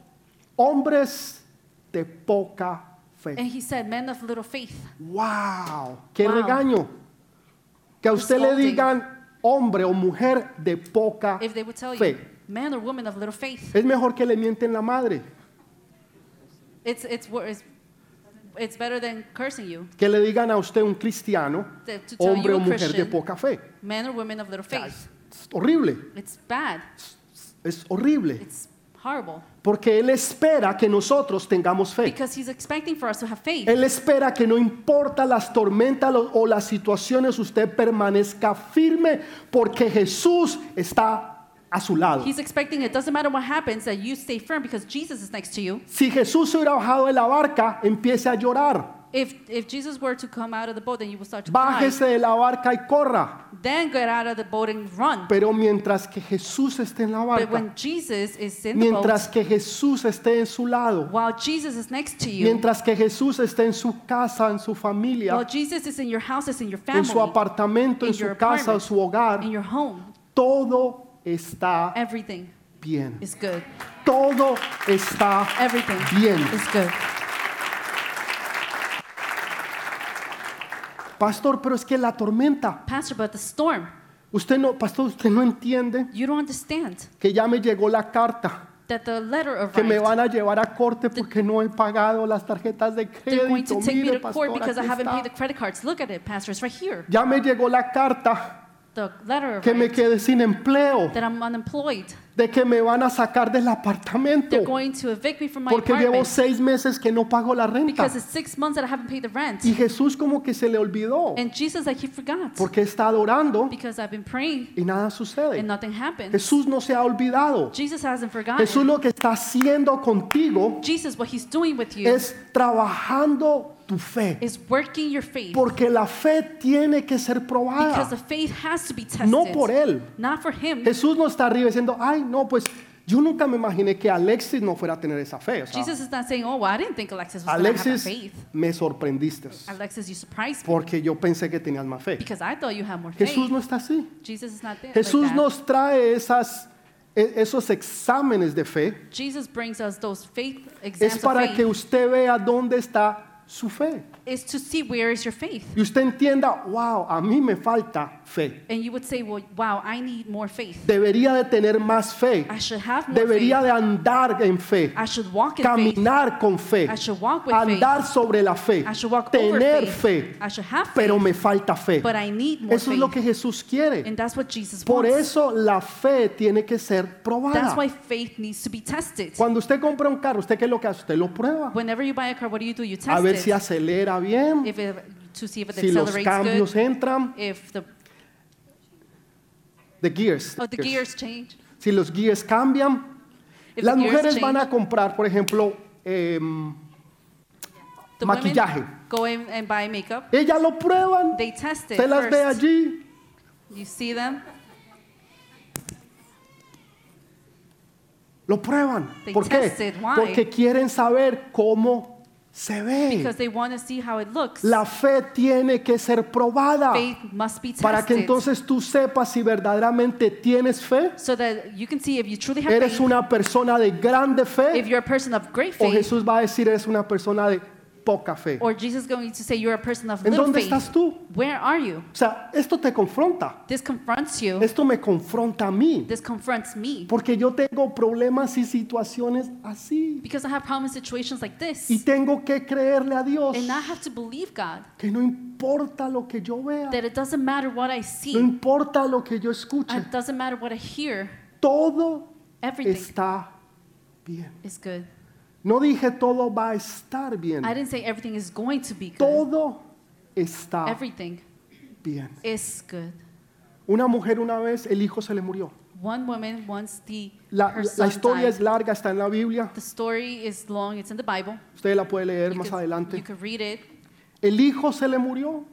hombres de poca
and
fe.
he said, Men of little faith.
¡Wow! ¡Qué
Eh. Wow.
regaño! Que a usted le
Scolding.
digan hombre o mujer de poca
If they would tell you,
fe.
man or woman of little faith,
Es mejor que le mienten la madre,
it's, it's, wor- it's, it's better than cursing you,
que le digan a usted un cristiano,
to, to tell
hombre
you
o
a
mujer de
Christian,
poca fe.
man or woman of little
O sea,
faith.
Es es horrible,
It's bad.
es horrible,
It's horrible.
porque Él espera que nosotros tengamos fe.
Because he's expecting for us to have faith.
Él espera que no importa las tormentas lo- o las situaciones, usted permanezca firme porque Jesús está a su lado.
He's expecting it doesn't matter what happens that you stay firm because Jesus is next to you.
Si Jesús se hubiera bajado de la barca, empiece a llorar.
If if Jesus were to come out of the boat, then you would start to cry.
Bájese de la barca y corra.
Then get out of the boat and run.
Pero mientras que Jesús esté en la
But
barca,
when Jesus is in the boat,
mientras que Jesús esté en su lado,
while Jesus is next to you,
mientras que Jesús esté en su casa, en su
while
familia,
Jesus is in your house, is in your
en su
family,
apartamento, en
in your
su casa, en
apartment,
su hogar,
in your home,
todo está
everything
bien.
is good.
Todo está
Everything
Bien.
is good.
Pastor, pero es que la tormenta.
Pastor, but the storm,
Usted no, pastor, usted no entiende
you don't understand
que ya me llegó la carta
that the letter
que me
arrived.
van a llevar a corte porque no he pagado las tarjetas de
They're going to
crédito.
take me
Mire,
to court
pastor,
because I
aquí
haven't paid the
está.
credit cards. Look at it, Pastor, it's right here.
Ya me llegó la carta
The letter
que me
arrived.
quedé sin empleo,
that I'm unemployed.
de que me van a sacar del apartamento
They're going to evict me from my
porque llevo
apartment
seis meses que no pago la renta.
because it's six months that I haven't paid the rent.
Y Jesús como que se le olvidó
And Jesus, like, he forgot
porque está adorando
because I've been praying
y nada
and
sucede.
nothing happened.
Jesús no se ha olvidado.
Jesus hasn't
Jesús
forgotten.
lo que está haciendo contigo
Jesus, what he's doing with you
es trabajando tu fe.
is working your faith
Porque la fe tiene que ser
because the
probada,
faith has to be tested.
no por él.
Not for him.
Jesús no está arriba diciendo, ay, no, pues yo nunca me imaginé que Alexis no fuera a tener esa fe. O sea,
Jesus is not saying, oh, well, I didn't think Alexis was going to have that
Alexis,
faith.
me sorprendiste
Alexis, you surprised me
porque yo pensé que tenías más fe.
because I thought you had more
Jesús
faith.
no está así.
Jesus is not there. like
Jesús
that.
nos trae esas, e- esos exámenes de fe.
Jesus brings us those faith
Es
exams of
para que
faith
usted vea dónde está su fe.
is to see where is your faith.
Y usted entienda, wow, a mí me falta fe.
And you would say, well, wow, I need more faith.
Debería de tener más fe.
I should have more
Debería
faith.
de andar en fe,
I should walk in faith.
caminar con fe,
I should walk with
andar sobre la fe,
I should walk over
tener
faith.
fe,
I should have faith,
pero me falta fe.
but I need more
Eso es
faith.
lo que Jesús quiere.
and that's what Jesus
Por
wants.
eso la fe tiene que ser
that's
probada.
why faith needs to be tested.
Cuando usted compra un carro, ¿usted qué es lo que hace? Usted lo prueba.
Whenever you buy a car, what do you do? You
A
test
ver
it.
si acelera bien,
if it to see if it
si los
accelerates
cambios
good,
entran,
if the,
the gears,
oh, the gears change.
si los gears cambian.
If
Las
the gears
mujeres
change,
van a comprar, por ejemplo, em,
The women
maquillaje.
go in and buy makeup.
Ellas lo prueban.
They test it
Usted las ve
first.
allí.
You see them.
Lo prueban.
They
¿Por qué?
tested. Why?
Porque quieren saber cómo se
because
ve.
they want to see how it looks.
La fe tiene que ser probada
Faith must be tested
para que entonces tú sepas si verdaderamente tienes fe,
so that you can see if you truly have
eres
faith,
una persona de grande
if
fe
you're a person of great
o
faith,
Jesús va a decir eres una persona de poca fe.
or Jesus is going to say you're a person of
¿En
little
dónde
faith.
estás tú?
Where are you?
O sea, esto te confronta.
This confronts you.
Esto me confronta a mí.
This confronts me
Porque yo tengo problemas y situaciones así.
because I have problem situations like this,
Y tengo que creerle a Dios
and I have to believe God
que no importa lo que yo vea,
that it doesn't matter what I see,
no importa lo que yo escuche,
it doesn't matter what I hear.
todo
Everything
está bien.
is good.
No dije todo va a estar bien.
I didn't say everything is going to be good.
Todo está
Everything
bien.
is good.
Una mujer una vez, el hijo se le murió.
One woman once the
La, la-
her
la
son
historia
died.
es larga, está en la Biblia.
The story is long. It's in the Bible.
Usted la puede leer
You
más
could- You
adelante.
could read it.
El hijo se le murió.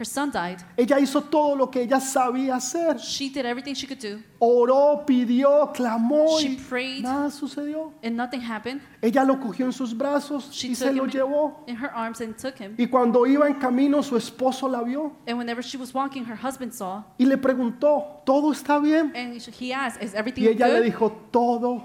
Her son died.
Ella hizo todo lo que ella sabía hacer.
She did everything she could do,
Oró, pidió, clamó
She
y
prayed.
nada sucedió.
and nothing happened.
Ella lo cogió en sus brazos
She
y
took
se lo
him in-
llevó.
in her arms and took him.
Y cuando iba en camino, su esposo la vio
And whenever she was walking, her husband saw,
y le preguntó, ¿todo está bien?
and sh- he asked, "Is everything
Y ella le
good?"
dijo, todo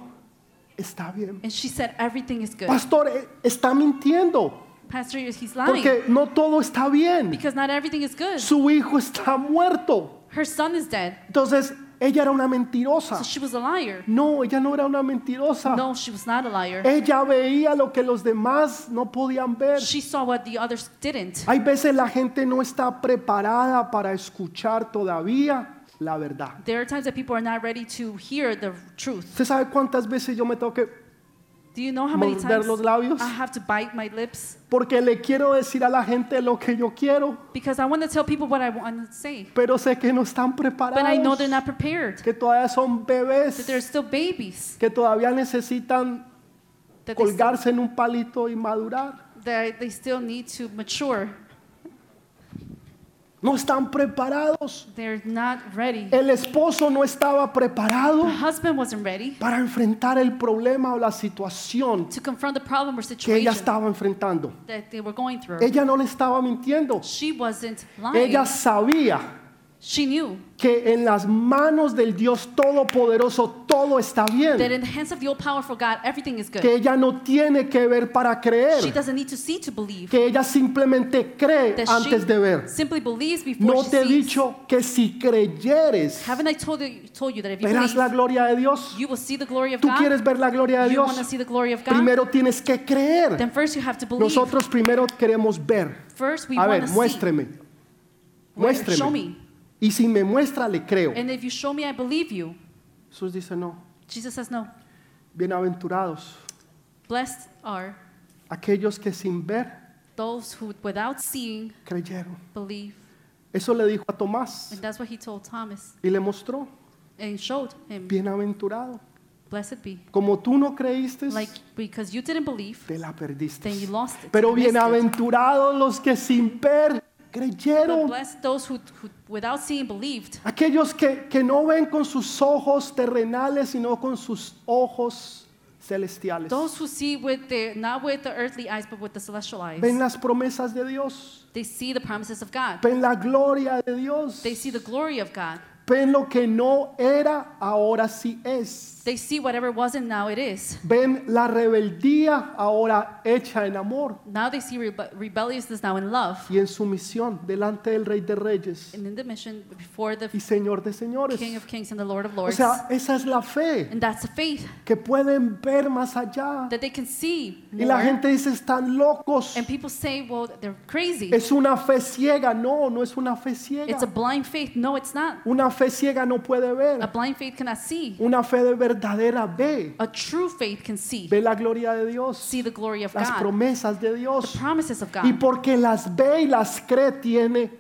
está bien.
and she said, "Everything is good."
Pastor, eh, está mintiendo
Pastor, he's lying
porque no todo está bien.
because not everything is good.
Su hijo está muerto.
Her son is dead,
Entonces, ella era una mentirosa.
so she was a liar.
No, ella no era una mentirosa.
No, she was not a liar.
Ella veía lo que los demás no podían ver.
She saw what the others didn't.
Hay veces la gente no está preparada para escuchar todavía la verdad.
There are times that people are not ready to hear the truth.
¿Usted sabe cuántas veces yo me tengo que...
Do you know how many
Morder
times
los labios.
I have to bite my lips
Porque le quiero decir a la gente lo que yo quiero,
because I want to tell people what I want to say,
pero sé que no están
but I know
preparados,
they're not prepared.
que todavía son
That they're
bebés,
still babies.
que todavía necesitan
That they, still,
colgarse en un palito y madurar.
that they still need to mature.
No están preparados.
They're not ready.
El esposo no estaba preparado
The husband wasn't ready
para enfrentar el problema o la situación
to confront the problem or
que ella
situation
estaba enfrentando.
that they were going through.
Ella no le estaba mintiendo.
She wasn't lying.
Ella sabía
she knew
que en las manos del Dios Todopoderoso todo está
that
bien.
in the hands of the all-powerful God, everything is good.
Que ella no tiene que ver para
She
creer.
doesn't need to see to believe.
Que ella simplemente cree
That
antes de ver.
she simply believes before
No
she
te he
sees.
dicho que si creyeres
Haven't I told you, told you that if you
verás
believe,
la gloria de Dios.
you will see the glory of
Tú
God?
quieres ver la gloria de
you want to
Dios.
see the glory of God?
Primero tienes que creer.
then first you have to believe.
Nosotros primero queremos ver.
first we
A
want
ver,
to
muéstreme.
see. Wait, Show
Muéstreme.
me.
Y si me muestra, le creo.
And if you show me, I believe you.
Jesús dice, no.
Jesus says, no.
Bienaventurados
Blessed are
aquellos que sin ver
those who, without seeing,
creyeron.
believe.
Eso le dijo a Tomás
And that's what he told Thomas
y le mostró.
and showed him.
Bienaventurado.
Blessed be.
Como tú no creíste,
Like, because you didn't believe,
te la perdiste.
then you lost it.
Pero
you missed it.
bienaventurados los que sin ver
But
creyeron.
blessed those who, who, without seeing, believed.
Aquellos que, que no ven con sus ojos terrenales, sino con sus ojos celestiales.
Those who see with their, not with the earthly eyes, but with the celestial eyes.
Ven las promesas de Dios.
They see the promises of God.
Ven la gloria de Dios.
They see the glory of God.
Ven lo que no era, ahora sí es.
They see whatever wasn't, now it is.
Ven la rebeldía, ahora hecha en amor
Now they see rebe- rebelliousness now in love.
y en sumisión delante del Rey de Reyes
And in the mission before the
y Señor de Señores.
King of Kings and the Lord of
O
Lords.
sea, esa es la fe
And that's the faith
que pueden ver más allá.
that they can see.
Y la
more.
gente dice, están locos.
And people say, well, they're crazy.
Es una fe ciega. No, no es una fe
It's
ciega.
a blind faith. No, it's not.
Una fe ciega no puede
A
ver.
blind faith cannot see.
Una fe de verdadera ve.
A true faith can see.
Ve la gloria de Dios,
See the glory of
las
God.
promesas de Dios.
Promises of
Y
God.
porque las ve y las cree, tiene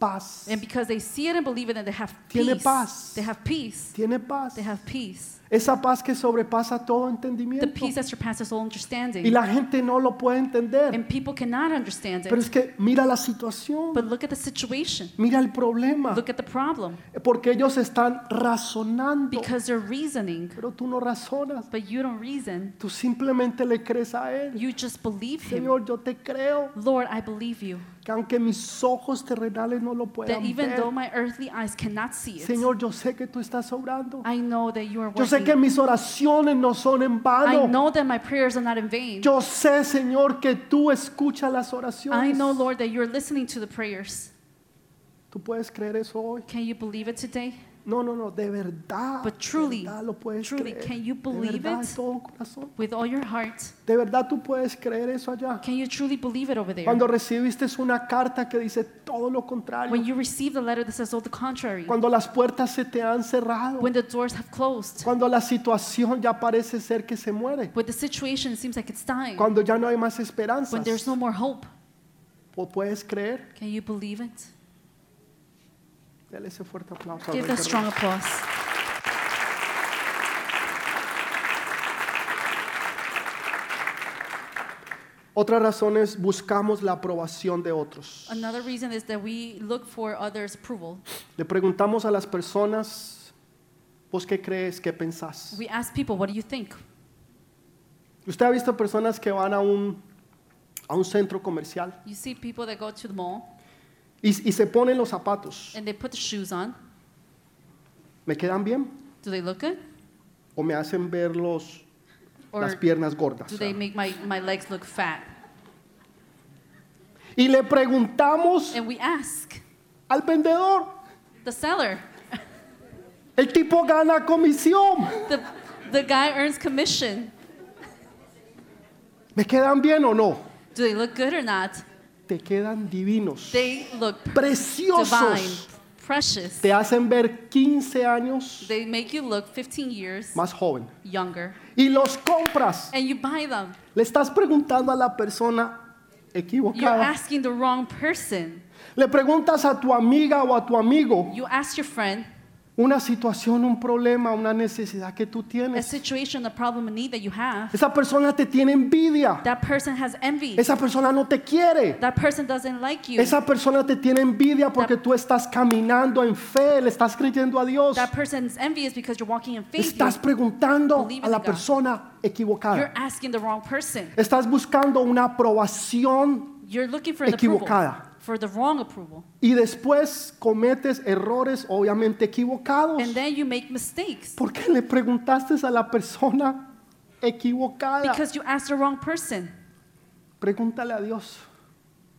paz.
Em- And because they see it and believe it, and they have
Tiene
peace.
paz.
They have peace.
Tiene paz.
They have peace.
Esa paz que sobrepasa todo
the
entendimiento.
peace that surpasses all
Y
understanding.
la gente no lo puede entender.
And people cannot understand
Pero es
it.
que mira la situación,
Em- But look at the situation.
mira el problema.
Look at the problem.
Porque ellos están razonando.
Because they're reasoning,
Pero tú no razonas.
but you don't reason.
Tú simplemente le crees a Él.
You just believe him.
Señor, yo te creo
Lord, I believe you.
que aunque mis ojos terrenales no lo
That
puedan
even though
ver,
my earthly eyes cannot see it,
Señor, yo sé que tú estás obrando.
I know that you are
Yo sé que
working.
mis oraciones no son en
I
vano.
know that my prayers are not in vain.
Yo sé, Señor, que tú escuchas las
I
oraciones.
know, Lord, that you're listening to the prayers.
Tú puedes creer eso hoy.
Can you believe it today?
No, no, no, de verdad.
But
de
truly,
verdad lo puedes
truly,
creer.
can you believe
de verdad,
it?
de todo corazón.
With all your heart,
De verdad tú puedes creer eso allá.
can you truly believe it over there?
Cuando recibiste una carta que dice todo lo
When
contrario.
you receive the letter that says all the contrary,
Cuando las puertas se te han cerrado.
when the doors have closed,
Cuando la situación ya parece ser que se muere.
when the situation seems like it's dying,
Cuando ya no hay más esperanza.
when there's no more hope,
¿O puedes creer?
can you believe it?
Dale ese fuerte aplauso. al
Give
Rey
a
de
strong applause.
Reyes. Otra razón es buscamos la aprobación de otros.
Another reason is that we look for others' approval.
Le preguntamos a las personas, ¿vos qué crees? ¿Qué pensás?
We ask people, what do you think?
Usted ha visto personas que van a un, a un centro comercial
You see people that go to the mall
y, y se ponen los zapatos.
and they put the shoes on.
¿Me quedan bien?
Do they look good?
¿O me hacen ver los, las
Or
piernas gordas?
do they make my, my legs look fat?
Y le preguntamos
And we ask
al vendedor.
the seller.
El tipo gana comisión.
The, the guy earns commission.
¿Me quedan bien o no?
Do they look good or not?
Te quedan divinos.
They look divine,
Preciosos.
precious.
Te hacen ver 15 años
They make you look 15 years
más joven.
younger.
Y los compras.
And you buy them.
Le estás preguntando a la persona
You're
equivocada.
asking the wrong person.
Le preguntas a tu amiga o a tu amigo
You ask your friend
una situación, un problema, una necesidad que tú
a
tienes.
situation, a problem, a need that you have.
Esa persona te tiene envidia.
That person has envy.
Esa persona no te quiere.
That person doesn't like you.
Esa persona te tiene envidia porque tú estás caminando en fe, le estás creyendo a Dios.
That person's envy is because you're walking in faith.
Estás preguntando
Believe in
a la
God.
persona
You're
equivocada.
asking the wrong person.
Estás buscando una aprobación
You're looking for an approval.
equivocada.
For the wrong approval.
Y después cometes errores obviamente equivocados.
And then you make mistakes.
Porque le preguntaste a la persona equivocada.
Because you asked the wrong person.
Pregúntale a Dios.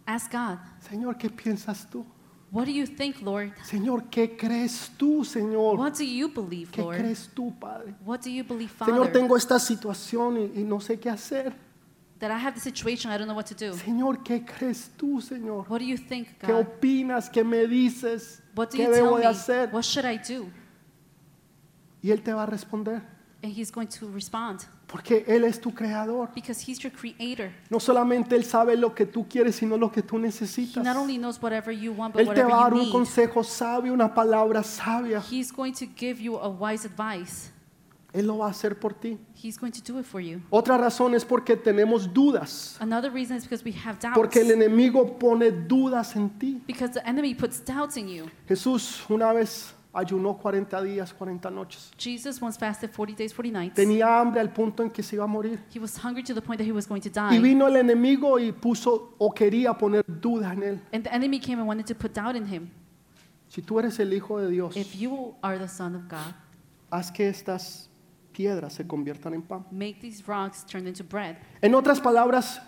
Ask God,
Señor, ¿qué piensas tú?
what do you think, Lord?
Señor, ¿qué crees tú, Señor?
What do you believe,
¿Qué
Lord?
crees tú, Padre?
What do you believe,
Señor,
Father?
tengo esta situación y- y no sé qué hacer.
That I have the situation, I don't know what to do.
Señor, ¿qué crees tú, Señor?
What do you think,
¿Qué
God?
opinas? ¿Qué me dices?
What do
¿Qué
you tell
debo
me?
de hacer?
What should I do?
Y Él te va a responder,
And He's going to respond
porque Él es tu creador.
because He's your creator.
No solamente Él sabe lo que tú quieres, sino lo que tú
He
necesitas.
not only knows whatever you want, but
Él te
whatever
va a dar
you
un
need.
consejo sabio, una palabra sabia.
He's going to give you a wise advice.
Él lo va a hacer por ti.
He's going to do it for you.
Otra razón es porque tenemos dudas,
Another reason is because we have doubts.
porque el enemigo pone dudas en ti.
Because the enemy puts doubts in you.
Jesús una vez ayunó 40 días, 40 noches.
Jesus once fasted 40 days, 40 nights.
Tenía hambre al punto en que se iba a morir.
He was hungry to the point that he was going to
Y
die.
vino el enemigo y puso o quería poner dudas en él.
And the enemy came and wanted to put doubt in him.
Si tú eres el Hijo de Dios,
If you are the Son of God,
haz que estas piedras se conviertan en pan.
make these rocks turn into bread.
En otras palabras,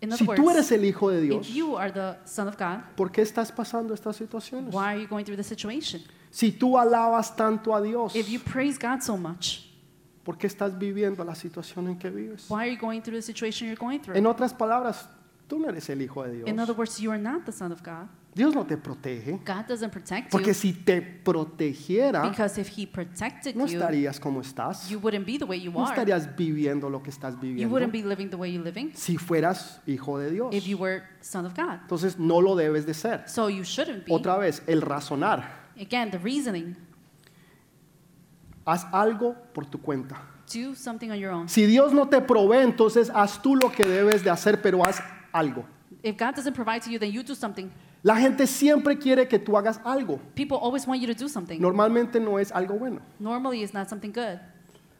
In other
si tú
words,
eres el Hijo de
if
Dios,
you are the Son of God,
¿por qué estás pasando estas situaciones?
why are you going through the situation?
Si tú alabas tanto a Dios,
If you praise God so much,
¿por qué estás viviendo la situación en que vives?
why are you going through the situation you're going
En
through?
otras palabras, tú no eres el Hijo de
In other
Dios.
words, you are not the Son of God.
Dios no te protege,
God doesn't protect
porque
you
si te protegiera,
because if He protected
no
you,
estarías como estás,
you wouldn't be the way you
no
are.
estarías viviendo lo que estás
You
viviendo.
wouldn't be living the way you're living
si fueras hijo de Dios.
if you were Son of God.
Entonces no lo debes de ser.
So you shouldn't be.
Otra vez, el razonar.
Again, the reasoning.
Haz algo por tu cuenta.
Do something on your own.
Si Dios no te provee, entonces haz tú lo que debes de hacer, pero haz algo.
If God doesn't provide to you, then you do something.
La gente siempre quiere que tú hagas algo.
People always want you to do something.
Normalmente no es algo bueno.
Normally, it's not something good.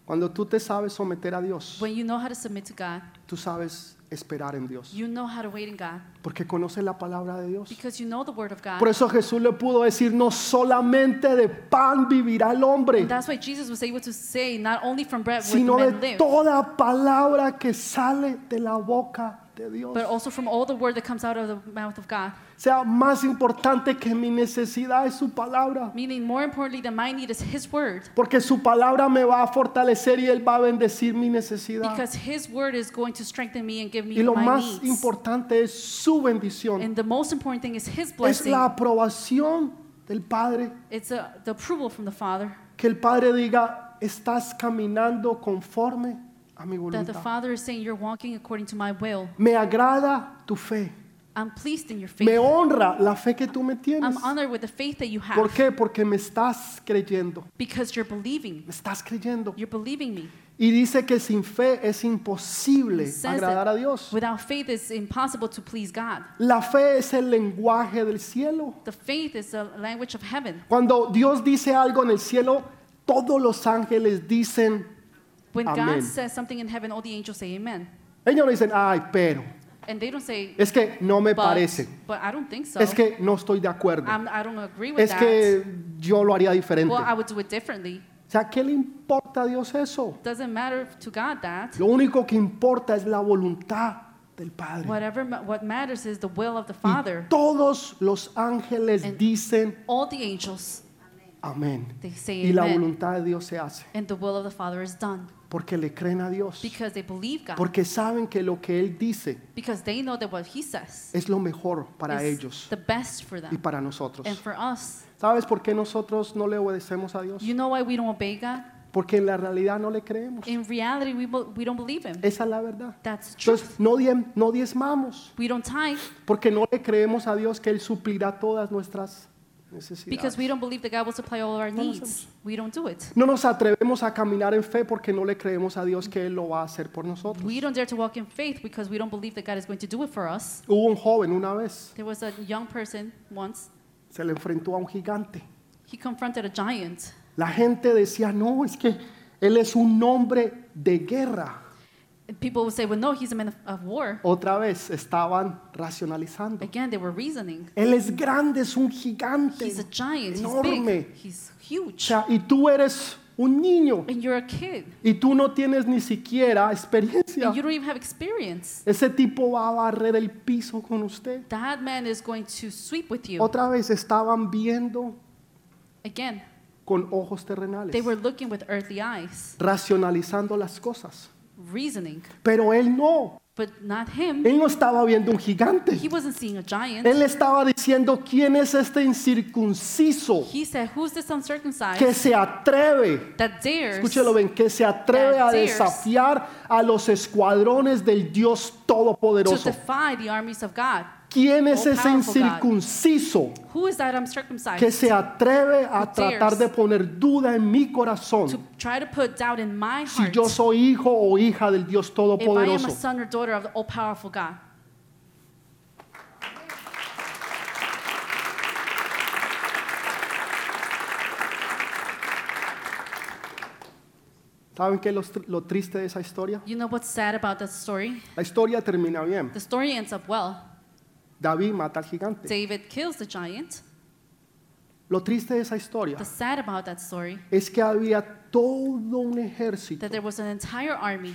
Cuando tú te sabes someter a Dios,
When you know how to submit to God,
tú sabes esperar en Dios,
you know how to wait in God
porque conoces la palabra de Dios.
because you know the Word of God.
Por eso Jesús le pudo decir, no solamente de pan vivirá el hombre,
And that's why Jesus was able to say, not only from bread will
sino
the man
de
live,
toda palabra que sale de la boca de Dios.
but also from all the word that comes out of the mouth of God.
O sea, más importante que mi necesidad es su palabra,
Meaning, more importantly than my need is His Word,
porque su palabra me va a fortalecer y Él va a bendecir mi necesidad.
because His Word is going to strengthen me and give me
Y lo
my
más
needs.
importante es su bendición,
And the most important thing is His
es
blessing.
la aprobación del Padre.
It's uh the approval from the Father.
Que el Padre diga, estás caminando conforme a mi
That the
voluntad.
Father is saying, You're walking according to my will.
Me agrada tu fe.
I'm pleased in your faith.
Me honra la fe que tú me tienes.
I'm honored with the faith that you have.
¿Por qué? Porque me estás creyendo.
Because you're believing.
Me estás creyendo.
You're believing me.
Y dice que sin fe es imposible
It says
agradar
that
a Dios.
without faith, it's impossible to please God.
La fe es el lenguaje del cielo.
The faith is the language of heaven.
Cuando Dios dice algo en el cielo, todos los ángeles dicen,
When
Amén.
God says something in heaven, all the angels say amen.
ellos no dicen, ay, pero,
And they don't say,
es que no me
but,
parece,
but I don't think so.
es que no estoy de acuerdo,
I'm, I don't agree with
es
that.
que yo lo haría diferente.
well, I
O
would do it differently.
sea, ¿qué le importa a Dios eso?
Doesn't matter to God that.
Lo único que importa es la voluntad del Padre.
Whatever ma- what matters is the will of the
Y
Father.
todos los ángeles
And-
dicen
All the angels
amén.
they say
Y la
amen.
voluntad de Dios se hace
And the will of the Father is done
porque le creen a Dios,
because they believe God.
porque saben que lo que Él dice
Because they know that what He says
es lo mejor para
is
ellos
the best for
y
them
para nosotros.
and for us.
¿Sabes por qué nosotros no le obedecemos a Dios?
You know why we don't obey God?
Porque en la realidad no le creemos.
In reality, we, bel- we don't believe Him.
Esa es la verdad.
That's true.
Entonces no, diem- no diezmamos
We don't tithe
porque no le creemos a Dios que Él suplirá todas nuestras
because we
necesidades.
don't believe that God will supply all our
No lo
needs. We don't do it.
No nos atrevemos a caminar en fe porque no le creemos a Dios que Él lo va a hacer por nosotros.
We don't dare to walk in faith because we don't believe that God is going to do it for us.
Hubo un joven una vez,
There was a young person once,
se le enfrentó a un gigante.
he confronted a giant.
La gente decía, no, es que él es un hombre de guerra.
And People would say, well, no, he's a man of, of war.
Otra vez estaban racionalizando.
Again, they were reasoning.
Él es grande, es un gigante.
He's a giant. He's
Enorme.
big. He's
O
huge.
sea, y tú eres un niño
And you're a kid.
y tú no tienes ni siquiera experiencia.
And you don't even have experience.
Ese tipo va a barrer el piso con usted.
That man is going to sweep with you.
Otra vez estaban viendo
Again,
con ojos terrenales,
they were looking with earthly eyes,
racionalizando las cosas.
reasoning.
Pero él no,
But not him.
él no estaba viendo un gigante.
He wasn't seeing a giant.
Él estaba diciendo, ¿quién es este incircunciso
He said, Who's this
que
uncircumcised
se atreve?
that dares
Escúchelo bien, que se atreve a desafiar a los escuadrones del Dios
to
Todopoderoso.
defy the armies of God?
¿Quién es ese incircunciso
Who is that
que
uncircumcised
se atreve a tratar de poner duda en mi
to
corazón
try to put doubt in my
si
heart
yo soy hijo o hija del Dios
if I am a
Todopoderoso?
son or daughter of the all powerful God?
¿Saben qué es lo, tr- lo triste de esa historia?
You know what's sad about that story?
La historia termina bien.
The story ends up well.
David mata al gigante.
David kills the giant.
Lo triste de esa historia
The sad about that story
es que había todo un ejército
that there was an entire army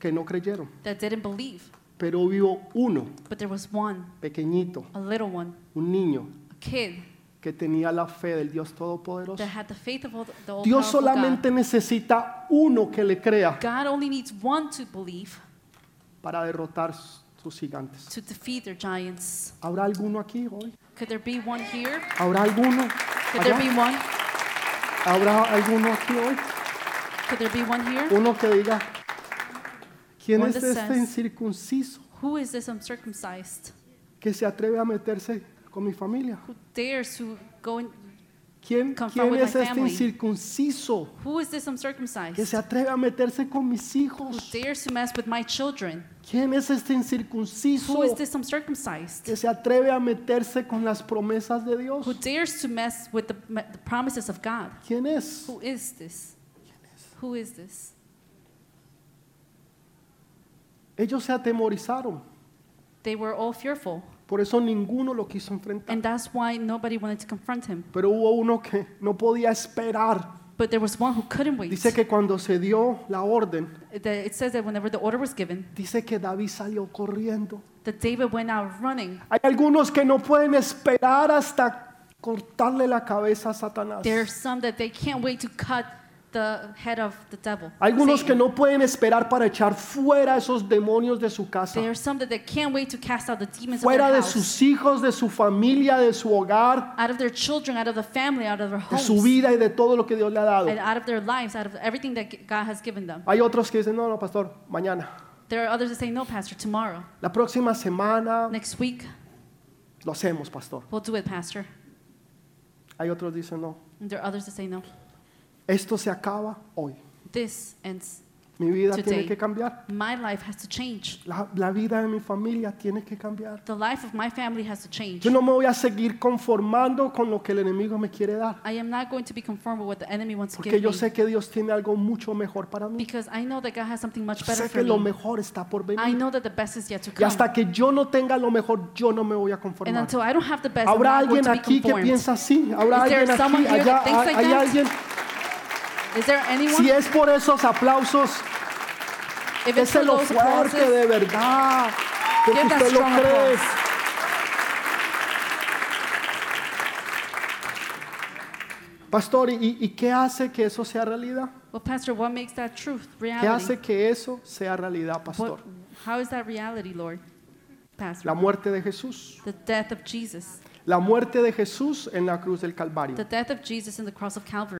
que no creyeron,
that didn't believe,
pero hubo uno
but there was one,
pequeñito,
a little one,
un niño
a kid
que tenía la fe del Dios Todopoderoso.
that had the faith of all the, the all
Dios
powerful God.
solamente necesita uno que le crea
God only needs one to believe
para derrotar sus gigantes.
to defeat their giants.
¿Habrá alguno aquí hoy?
Could there be one here?
¿Habrá alguno
Could there be
allá?
one?
¿Habrá alguno aquí hoy?
Could there be one here?
Uno que diga, ¿quién
One
es
that
este
says-
incircunciso
Who is this uncircumcised
que se atreve a meterse con mi familia?
who dares to go and
¿Quién, quién
Confront with
es
my
este
family.
incircunciso
Who is this
que
uncircumcised?
se atreve a meterse con mis
Who
hijos?
dares to mess with my children?
¿Quién es este incircunciso
Who is this uncircumcised?
que se atreve a meterse con las promesas de Dios?
Who dares to mess with the, the promises of God?
¿Quién es?
Who is this? Who is this?
Ellos se atemorizaron,
They were all fearful,
por eso ninguno lo quiso enfrentar.
and that's why nobody wanted to confront him.
Pero hubo uno que no podía esperar.
But there was one who couldn't wait.
Dice que cuando se dio la orden,
The- it says that whenever the order was given,
dice que David salió corriendo.
that David went out running.
Hay algunos que no pueden esperar hasta cortarle la cabeza a Satanás.
There are some that they can't wait to cut the head of the devil.
Algunos que
Satan.
no pueden esperar para echar fuera esos demonios de su casa,
There are some that they can't wait to cast out the demons of
fuera
their
de
house,
sus hijos, de su familia, de su hogar,
out of their children, out of the family, out of their
de
homes,
su vida y de todo lo que Dios le ha dado.
and out of their lives, out of everything that God has given them.
Hay otros que dicen, no, no, pastor, mañana,
There are others that say, "No, Pastor, tomorrow,
la próxima semana
next week,
lo hacemos, pastor.
we'll do it, Pastor."
Hay otros que dicen, no,
And there are others that say, "No,
esto se acaba hoy.
this ends.
Mi vida
Today.
tiene que cambiar.
My life has to change.
La, la vida de mi familia tiene que cambiar.
The life of my family has to change.
Yo no me voy a seguir conformando con lo que el enemigo me quiere dar,
I am not going to be conformed with what the enemy wants to
porque
give
yo
me."
sé que Dios tiene algo mucho mejor para mí.
Because I know that God has something much better
Sé
for
que lo
me.
mejor está por
I
venir.
know that the best is yet to
Y
come.
hasta que yo no tenga lo mejor, yo no me voy a
And
conformar.
until I don't have the best, I'm
Habrá
not going
alguien
to be
aquí que
conformed.
piensa así. Habrá
Is there
alguien aquí,
someone here
allá.
that thinks
Hay
like
hay
that?
alguien.
Is there anyone?
Si es por esos aplausos,
if it's for
déselo
those
fuerte
applauses,
de verdad. Porque
give that
usted lo
strong
cree.
applause.
Pastor, ¿y, ¿y qué hace que eso sea realidad?
Well, Pastor, what makes that truth
¿Qué
reality?
hace que eso sea realidad,
What,
pastor?
how is that reality, Lord? Pastor,
La muerte de Jesús.
the death of Jesus,
La muerte de Jesús en la cruz del Calvario.
the death of Jesus in the cross of Calvary.